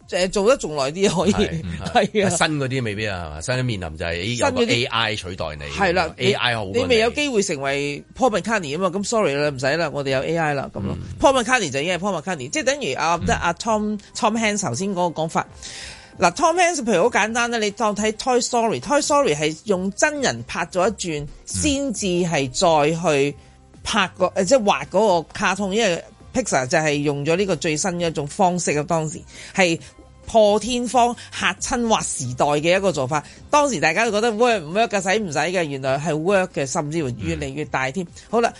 誒做得仲耐啲可以，嗯 係啊。新嗰啲未必啊，係嘛新嘅面臨就係咦新有個嗰啲 AI 取代你。啊係啦你，AI 好過你未有機會成為 Paul McCartney 啊嘛，咁 sorry 啦，唔使啦，我哋有 AI 啦，咁嗯咯。Paul McCartney 就已經係 Paul McCartney，即係等於啊，得阿 Tom Tom Hanks 頭先嗰個講法。嗱，Tom Hanks 譬如好簡單啦，你當睇 Toy Story，Toy Story 係用真人拍咗一轉，先至係再去拍個誒，即係畫嗰個卡通，因為 Pixar 就係用咗呢個最新嘅一種方式啊，當時係。破天荒嚇親劃時代嘅一個做法，當時大家都覺得 work 唔 work 嘅，使唔使嘅，原來係 work 嘅，甚至乎越嚟越大添。好啦，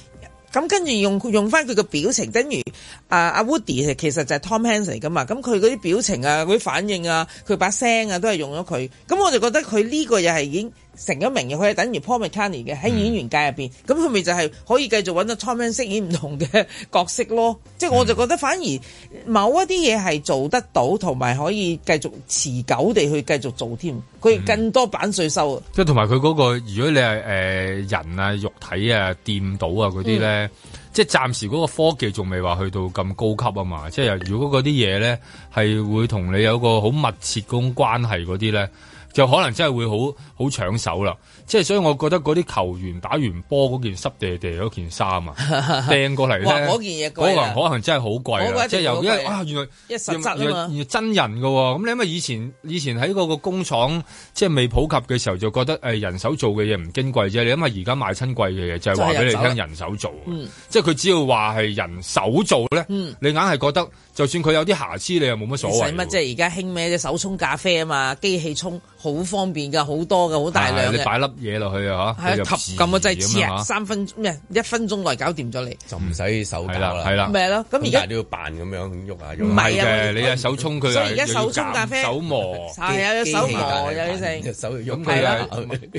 咁跟住用用翻佢嘅表情，等於啊阿 Woody 其實就係 Tom Hanks 嚟噶嘛，咁佢嗰啲表情啊、嗰啲反應啊、佢把聲啊，都係用咗佢。咁我就覺得佢呢個又係已經成咗名嘅，佢係等於 Paul McCartney 嘅喺嗯演員界入邊，咁佢咪就係可以繼續揾到 Tom Hanks 飾演唔同嘅角色咯。即係我就覺得反而某一啲嘢係做得到，同埋可以繼續持久地去繼續做添，嗯佢更多版税收啊！即係同埋佢嗰個，如果你係誒、呃人啊、肉體啊、掂到啊嗰啲嗯咧，即係暫時嗰個科技仲未話去到咁高級啊嘛。即係如果嗰啲嘢咧係會同你有個好密切嗰種關係嗰啲咧，就可能真係會好好搶手啦。即係所以我覺得嗰啲球員打完波嗰件濕地地嗰件衫 啊，掟過嚟咧，哇嗰件嘢貴啊嗰個可能真係好貴嗰個啦。一定即係由好因貴為啊，原來一實質啊嘛原來原來真人嘅喎、咁你因為以前以前喺嗰個工廠即係未普及嘅時候，就覺得誒、呃人手做嘅嘢唔矜貴啫。你因為而家賣親貴嘅嘢就係話俾你聽人手做，啊啊嗯即係佢只要話係人手做咧，你硬係覺得就算佢有啲瑕疵，你又冇乜所使謂乜喎。啫？而家興咩啫？手沖咖啡啊嘛，機器沖好方便㗎，好多㗎，好大量係嘅你。擺粒嘢落去啊嚇，係啊，佢就及撳個掣，自切然咁樣嚇啊三分咩？一分鐘內搞掂咗你。就唔使手搞啦，係啦咪係咯咁而家但係都要扮咁樣喐下喐。唔係啊我嘅，你隻手沖佢所啊，以而家又要手沖夾咖啡手 磨。係啊，有手磨有啲隻手要喐咁佢佢啊啦，，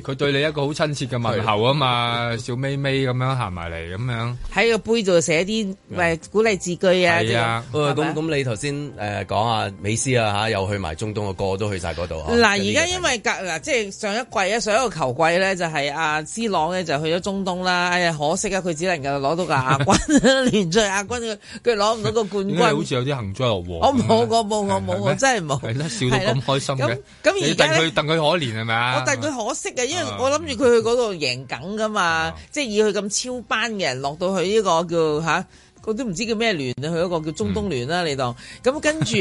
佢對你一個好親切嘅問候啊嘛，笑眯眯咁樣行埋嚟咁樣，喺個杯度寫啊啲誒鼓勵字句啊。係啊，啲哦喂咁咁你頭先誒講下美斯啊嚇，又去埋中東啊，個個都去晒嗰度哦啊。嗱，而家因為隔嗱，即係上一季啊，上一個球季咧，就係阿斯朗咧就去咗中東啦。哎呀，可惜啊，佢只能夠攞到個 亞軍， 聯賽亞軍佢佢攞唔到個冠點解好軍。似有啲幸災樂禍？我冇，我冇，我冇，我真係冇。係啦，笑到咁開心係啦嘅。咁咁你而家戥呢佢戥佢可憐係咪啊？我但係佢可惜嘅，因啊為我諗住佢去嗰度贏緊噶嘛，即係以佢咁超班嘅人落到去呢個叫吓，我都唔知叫咩聯啊，去嗰個叫中東嗯聯啦，你當咁跟 住，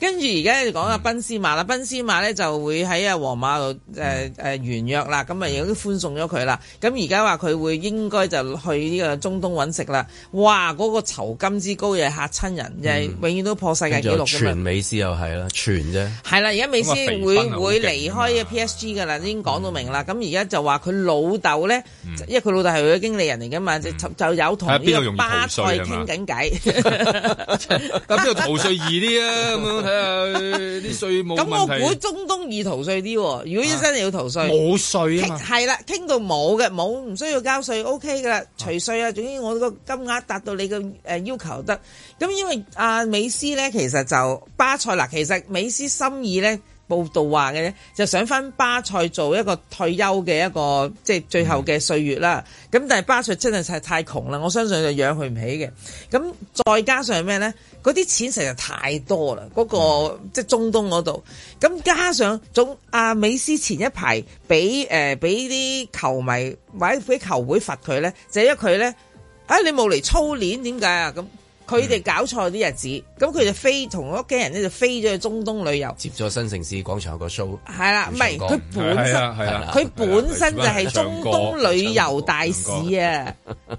跟住而家就講阿賓斯馬啦，賓斯馬咧就會喺啊皇馬度嗯誒誒完約啦，咁啊已經寬鬆咗佢啦，咁而家話佢會應該就去呢個中東揾食啦，哇！嗰、個酬金之高又係嚇親人，又係永遠都破世界嗯跟住紀又錄㗎傳嘛。美斯又係啦，傳啫。係啦，而家美斯咁啊肥會賓啊好會勁離開嘅 PSG 噶啦，已經嗯講到明啦。咁而家就話佢老豆咧，因為佢老豆係佢嘅經理人嚟噶嘛，就就有睇同下嗯呢啊邊度個容易巴逃塞稅啊係嘛傾緊偈。 但邊度逃稅易啲啊？咁樣睇下啲稅務咁我問題。估中東易逃稅啲喎，如果真係要逃稅，冇稅啊嘛傾係啦，傾到冇嘅，冇唔需要交稅，OK 噶啦，除稅啊，總之我個金額達到你嘅誒要求得。咁因為阿美斯咧，其實就巴塞嗱，其實美斯心意咧。報道話嘅咧，就想翻巴塞做一個退休嘅一個即係最後嘅歲月啦。咁、但係巴塞真係太太窮啦，我相信就養佢唔起嘅。咁再加上咩咧？嗰啲錢實在太多啦，嗰、個即係中東嗰度。咁加上總阿、美斯前一排俾誒俾啲球迷或者俾球會罰佢咧，就因為佢咧啊你冇嚟操練點解啊？咁佢哋搞錯啲日子，咁佢就飛同屋企人咧就飛咗去中東旅遊。接咗新城市廣場有個 show，係啦，唔係唱歌佢本身係啊係啊，佢本身就係中東旅遊大使啊！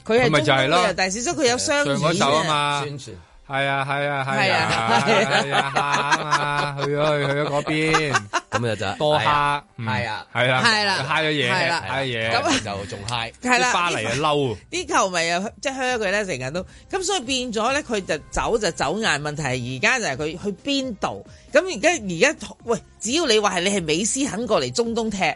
佢係咪中就係咯東旅遊大使，所以佢有商上嗰演首啊嘛，宣傳係啊係啊係係啊啊係啊蝦啊嘛，去咗去去咗嗰邊，咁就就多係蝦啊，嗯係啊係啦係啦蝦咗嘢，係啦蝦嘢，咁就仲嗨，係啦啲巴黎啊嬲，啲球迷又即係靴佢咧，成日都咁，所以變咗咧，佢就走就走硬。問題係而家就係佢去邊度？咁而家而家喂，只要你話係你係美斯肯過嚟中東踢，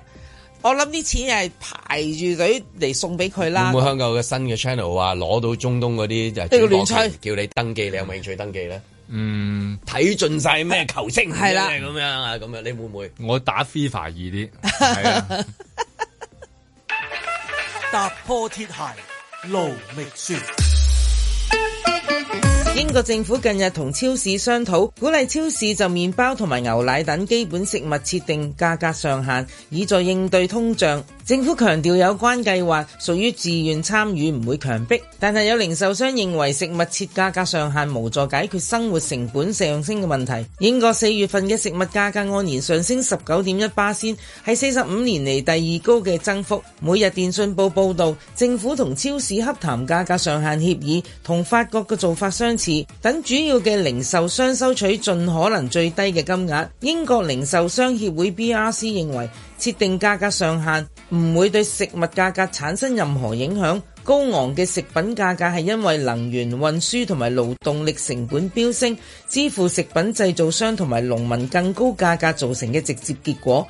我諗啲錢係排住隊嚟送俾佢會啦唔。會香港有個新嘅 channel 話攞到中東嗰啲就係呢個轉亂播權吹叫你登記，你有冇興趣登記咧？嗯，睇盡晒咩球星係啦咁樣啊，咁樣你會唔會？我打 FIFA 易啲，係啊。踏破鐵鞋路未雪。英國政府近日同超市商討，鼓勵超市就麵包同埋牛奶等基本食物設定價格上限，以助應對通脹。政府強調有關計劃屬於自願參與，唔會強迫。但係有零售商認為食物設價格上限無助解決生活成本上升嘅問題。英國四月份嘅食物價格按年上升十九點一巴仙，係四十五年嚟第二高嘅增幅。每日電訊報報道，政府同超市洽談價格上限協議，同法國嘅做法相似，等主要嘅零售商收取盡可能最低嘅金額。英國零售商協會 BRC 認為，設定價格上限唔會對食物價格產生任何影響。高昂嘅食品價格係因為能源、運輸同埋勞動力成本飆升，支付食品製造商同埋農民更高價格造成嘅直接結果。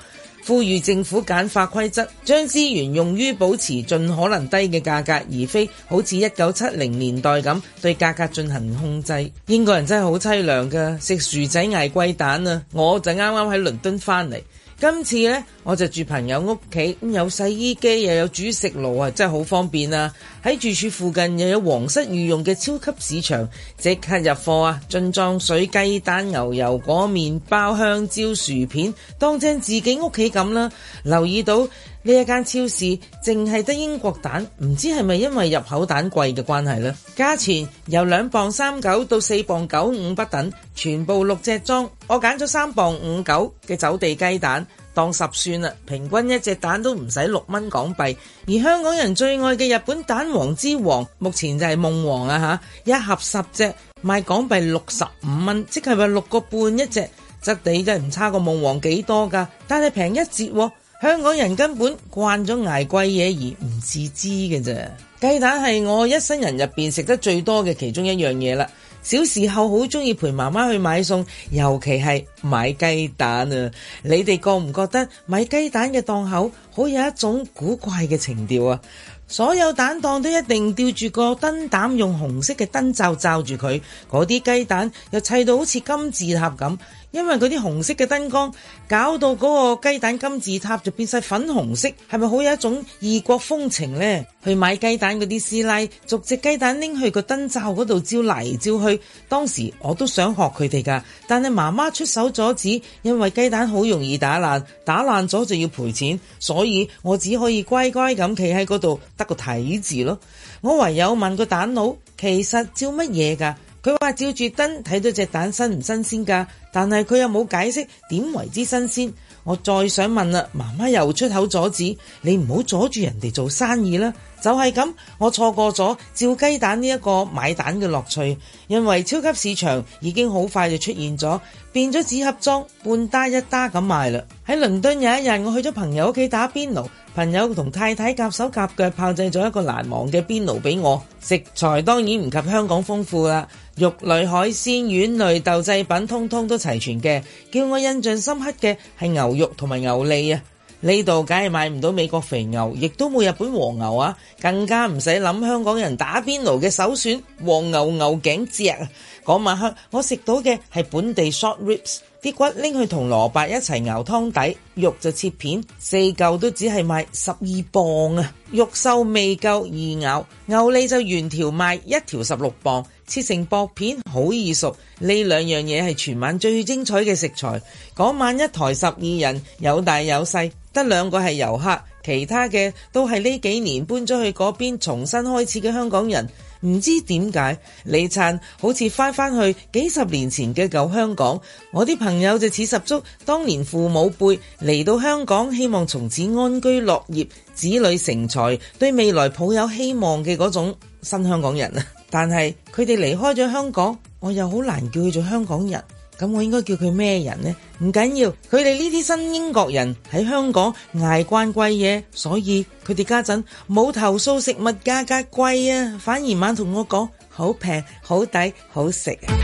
呼籲政府簡化規則，將資源用於保持盡可能低嘅價格，而非好似一九七零年代咁對價格進行控制。英國人真係好凄涼㗎，食薯仔捱貴蛋啊！我就啱啱喺倫敦返嚟。今次呢，我就住朋友屋企，咁有洗衣機又有煮食爐啊，真係好方便啊！喺住處附近又有皇室御用嘅超級市場，即刻入貨啊！樽裝水、雞蛋、牛油果、麵包、香蕉、薯片，當正自己屋企咁啦。留意到呢一間超市淨係得英國蛋，唔知係咪因為入口蛋貴嘅關係呢？價錢由兩磅三九到四磅九五不等，全部六隻裝。我揀咗三磅五九嘅走地雞蛋。當十算啦，平均一隻蛋都唔使六蚊港幣。而香港人最愛嘅日本蛋黃之王，目前就係夢王啊嚇，一盒十隻賣港幣六十五蚊，即係話六個半一隻。質地真係唔差過夢王幾多㗎，但係平一截喎。香港人根本慣咗捱貴嘢而唔自知嘅啫。雞蛋係我一生人入邊食得最多嘅其中一樣嘢啦。小時候好中意陪媽媽去買餸，尤其係買雞蛋啊！你哋覺唔覺得買雞蛋嘅檔口好有一種古怪嘅情調啊？所有蛋檔都一定吊住個燈膽，用紅色嘅燈罩罩住佢。嗰啲雞蛋又砌到好似金字塔咁，因為嗰啲紅色嘅燈光搞到嗰個雞蛋金字塔就變晒粉紅色，係咪好有一種異國風情呢？去買雞蛋嗰啲師奶，逐隻雞蛋拎去個燈罩嗰度照嚟照去。當時我都想學佢哋㗎，但係媽媽出手阻止，因為雞蛋好容易打爛，打爛咗就要賠錢，所以我只可以乖乖咁企喺嗰度，得個睇字咯。我唯有問個蛋佬，其實照乜嘢㗎？佢話照住燈睇到隻蛋新唔新鮮㗎，但係佢又冇解釋點為之新鮮。我再想問啦，媽媽又出口阻止，你唔好阻住人哋做生意啦。就係咁，我錯過咗照雞蛋呢一個買蛋嘅樂趣，因為超級市場已經好快就出現咗，變咗紙盒裝，半打一打咁賣啦。喺倫敦有一日，我去咗朋友屋企打邊爐，朋友同太太夾手夾腳炮製咗一個難忘嘅邊爐俾我。食材當然唔及香港豐富啦，肉類、海鮮、丸類、豆製品通通都齊全嘅。叫我印象深刻嘅係牛肉同埋牛脷啊！呢度梗係買唔到美國肥牛，亦都冇日本和牛啊，更加唔使諗香港人打邊爐嘅首選和牛牛頸脊啊！嗰晚黑我食到嘅係本地 short ribs，啲骨拎去同蘿蔔一齊熬湯底，肉就切片，四嚿都只係賣十二磅啊！肉瘦未夠易咬，牛脷就原條賣一條十六磅，切成薄片好易熟。呢兩樣嘢係全晚最精彩嘅食材。嗰晚一台十二人，有大有細。得兩個係遊客，其他嘅都係呢幾年搬咗去嗰邊重新開始嘅香港人。唔知點解，李燦好似翻返去幾十年前嘅舊香港。我啲朋友就似十足當年父母輩嚟到香港，希望從此安居樂業、子女成才，對未來抱有希望嘅嗰種新香港人啊。但係佢哋離開咗香港，我又好難叫佢做香港人。咁我應該叫佢咩人呢？唔緊要，佢哋呢啲新英國人喺香港捱慣貴嘢，所以佢哋家陣冇投訴食物價格貴啊，反而晚同我講好平、好抵、好食啊！